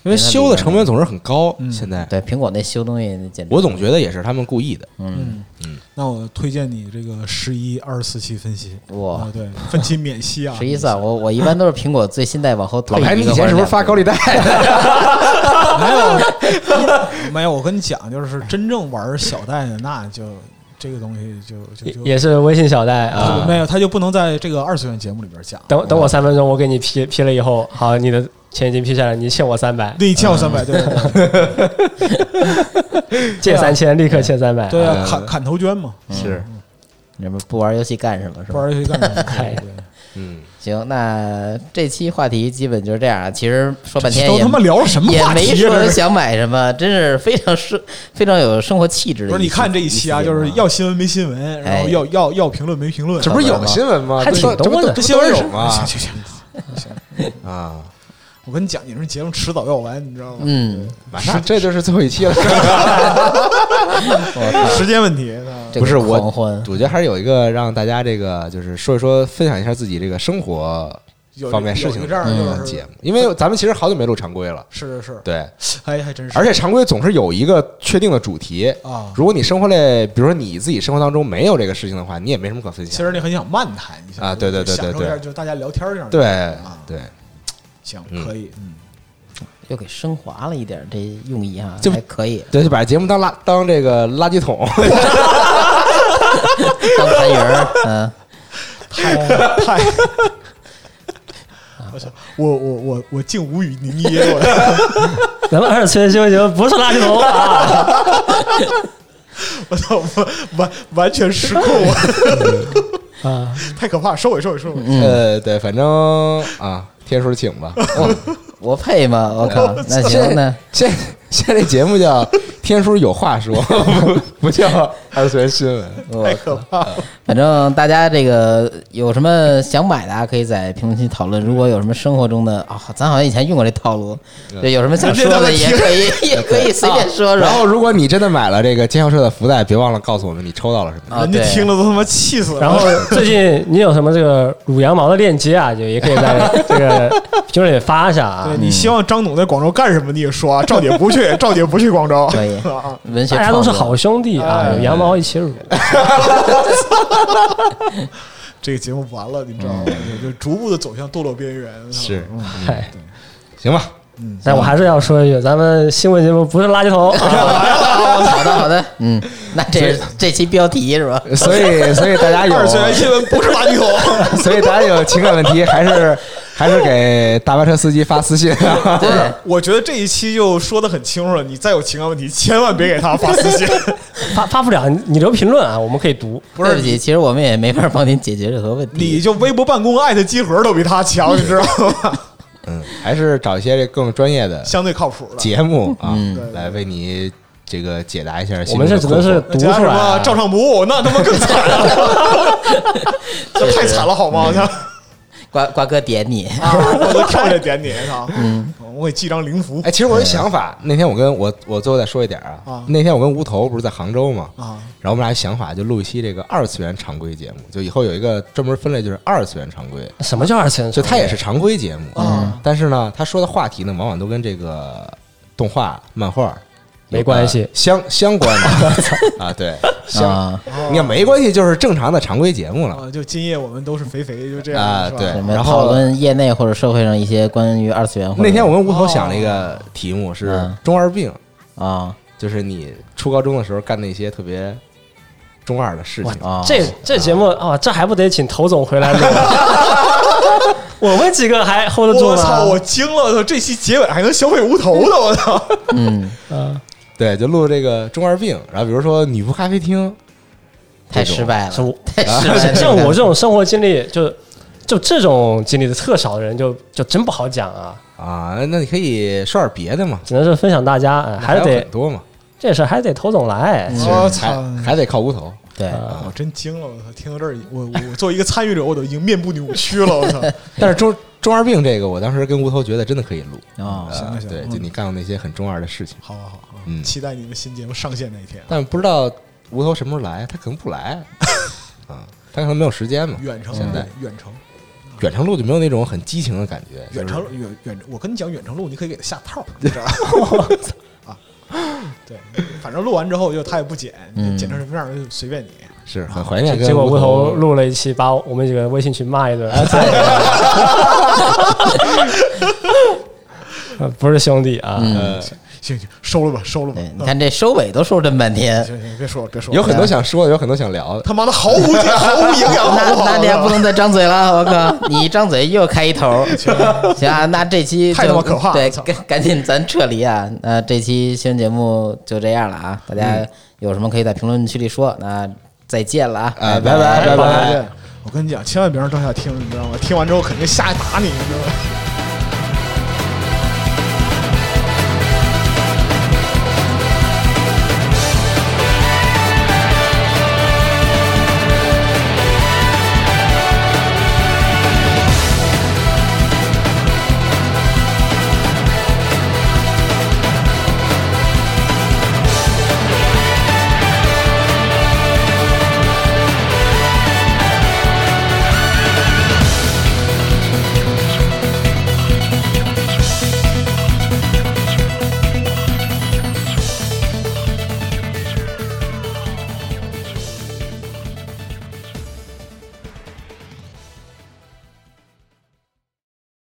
因为修的成本总是很高，现在
对，苹果那修东西那简直，
我总觉得也是他们故意的。
嗯
嗯
那我推荐你这个十一二十四期分析。
哇
啊，对，分期免息啊，
十一算我我一般都是苹果最新代往后退
老白，
一
你
个
以前是不是发高利贷？
没有，我跟你讲，就是真正玩小贷的，那就这个东西就就
也
就
也是微信小贷啊。
没有，他就不能在这个二次元节目里边讲。
等等我三分钟，我给你批批了以后，好，你的钱已经批下来，你欠我三 *laughs* 百，
你欠我
嗯
三百，对对啊对
借三千，立刻欠三百。
对
对
啊，
对
砍砍头捐嘛，
是，
你们不玩游戏干什么？是
不
吧？
玩游戏干什么？对对
嗯，
行，那这期话题基本就是这样啊。其实说半
对
天
都
也
他妈聊了什么
也
话
没
题
说
啊？
想买什么，真是非常生非常有生活气质的
不是，你看这一
一
期啊，
节
就
目
是要新闻没新闻，然后
哎
要要要评论没评论，
这不是有新闻吗？
还挺
这不这不
多的
这不
新
都
闻
有
是
吗？
*laughs* 行行行，
啊，
我跟你讲，你们节目迟早要完，你知道吗？
嗯，
马上这就是最后一期了。
我靠，
时间问题，啊
这
不是
个啊
我
狂欢，
*laughs* 我觉得还是有一个让大家这个就是说一说，分享一下自己这个生活
有
方面
有
事
一
情
个
的
这样
嗯
就
节
是
目，因为咱们其实好久没录常规了。
是是是，
对，
哎，还真是，
而且常规总是有一个确定的主题。
啊，
如果你生活类，比如说你自己生活当中没有这个事情的话，你也没什么可分
其
享。
实你很想漫谈一下
啊对对对对
享受一下就是大家聊天这样的
对
啊，
对，
行
嗯，
可以，嗯，
又给升华了一点，这用意哈
就
还可以，
对，就把节目当垃当这个垃圾 *laughs* 桶，
当痰盂儿，嗯，
太太， *laughs* 我操，我我我我竟无语凝噎我， *laughs*
咱们二次元修行不是垃圾桶 *laughs* 啊。
我操，完完完全失控 *laughs* 了，
啊，
*laughs* 太可怕，收尾收尾收尾，
呃，对，反正啊，天叔请
*laughs*
吧。哦
我配吗？我靠，那行那
现现在这节目叫《天叔有话说》， *laughs* 不不叫二次元新闻。
我靠，反正大家这个有什么想买的啊，可以在评论区讨论。如果有什么生活中的啊，咱好像以前用过这套路，对，有什么想说的也可以，也可以随便说
然后，
说。
如果你真的买了这个监校社的福袋，别忘了告诉我们你抽到了什么。
啊，
人家
对，
听了都他妈气死了，
然后最近你有什么这个乳羊毛的链接啊，就也可以在 *laughs* 这个评论里发一下啊
对。你希望张总在广州干什么？你也说啊，赵姐不去，赵姐不去广州。
可以
啊，
文学
大家
创
都是
作
好兄弟啊，有羊毛一起乳。
*laughs* 这个节目完了，你知道吗？就就逐步的走向堕落边缘。
是，嗯
嗨，
行吧，
嗯但我还是要说一句，咱们新闻节目不是垃圾桶啊。
*laughs*
*laughs*
好的，好的，嗯，那这是这期标题是吧？
所以所以大家有啊
二次元新闻不是垃圾桶。
所以大家有情感问题，还
*laughs*
是还是给大巴车司机发私信啊。
对，
我觉得这一期就说的很清楚了，你再有情感问题，千万别给他发私信。
发发不了，你你留评论啊，我们可以读。
不是对不起，其实我们也没法帮您解决任何问题。
你就微博办公艾特集合都比他强，你知道吗？
*laughs*
*laughs*
嗯，还是找一些这更专业的
相对靠谱的。
节目啊，
对
来为你这个解答一下
我
心中
们这
的
只
困惑。
能是读出
加什
来
么
啊。
照常不误，那他妈更惨了，这太惨了好吗？我操！
瓜瓜哥点你，
*laughs* 啊，我都跳下来点你，操！嗯，我给寄张灵符
哎，其实我有想法，那天我跟我我最后再说一点啊，
啊
那天我跟吴头不是在杭州嘛，
啊。
然后我们俩想法就录一期这个二次元常规节目，就以后有一个专门分类就是二次元常规，
什么叫二次元？
就它也是常规节目，但是呢，他说的话题呢，往往都跟这个动画、漫画有
没关系
呃相相关
*laughs*
的啊，对，相
啊，
你看没关系，就是正常的常规节目了
啊，就今夜我们都是肥肥，就这样
啊，
是吧
对
什。么
然
讨
后
论业内或者社会上一些关于二次元或者。
那天我跟吴头想了一个题目是
嗯
中二病，
啊
就是你初高中的时候干那些特别中
哦
哦
二的事情。
啊，
*laughs*
这这节目啊，这还不得请头总回来录？我们几个还 hold 得住吗？
我操！我惊了，我操！这期结尾还能小鬼无头呢，我操！
嗯，
嗯，
对，就录这个中二病，然后比如说女仆咖啡厅，
太失败了，
是我
哎
太 *laughs* 失败了。
像 *laughs* 我这种生活经历，就就这种经历的特少的人就，就真不好讲啊，
啊，那你可以说点别的嘛，
只能是分享大家，哎
那还
还是
有
得哦
很多嘛，
这事儿还是得头总来。
嗯
我操！
还还得靠无头。
对，
啊
我真惊了，我操！听到这儿，我我我作为一个参与者，我都已经面部扭曲了，我操！
但是中中二病这个，我当时跟无头觉得真的可以录，
哦，
行
啊
了行了
对，
嗯
就你干过那些很中二的事情，
好好好，
嗯
期待你们新节目上线那一天啊，
但不知道无头什么时候来，他可能不来
*laughs*
啊，他可能没有时间嘛。
远程
现在
远程
远程录就没有那种很激情的感觉，
远
就是
程远远，我跟你讲远程录，你可以给他下
*laughs*
套，你知道吧？啊，对，反正录完之后就他也不剪，
嗯
你剪成什么样就随便你。
是很怀念跟
哎结果
无
无头录了一期，把我们几个微信群骂一顿，呃 *laughs* 不是兄弟啊，
嗯，
呃，
行行，收了吧，收了吧
对，。嗯你
啊
看这收尾都收这么半天，
行行，别说了，别说了，
有很多想说的，有很多想聊的。
他妈的毫无毫无营养，
那
好不好
那你还不能再张嘴
*laughs*
了，我靠！你一张嘴又开一头，行啊，那这期就
太他妈可怕了
对，
操
赶赶紧咱撤离啊！那这期新闻节目就这样了啊，大
嗯
家有什么可以在评论区里说。那再见了啊，
哎
拜
拜拜拜
拜
拜
拜。我跟你讲，千万别让赵夏听，你知道吗？听完之后肯定下来打你，你知道吗？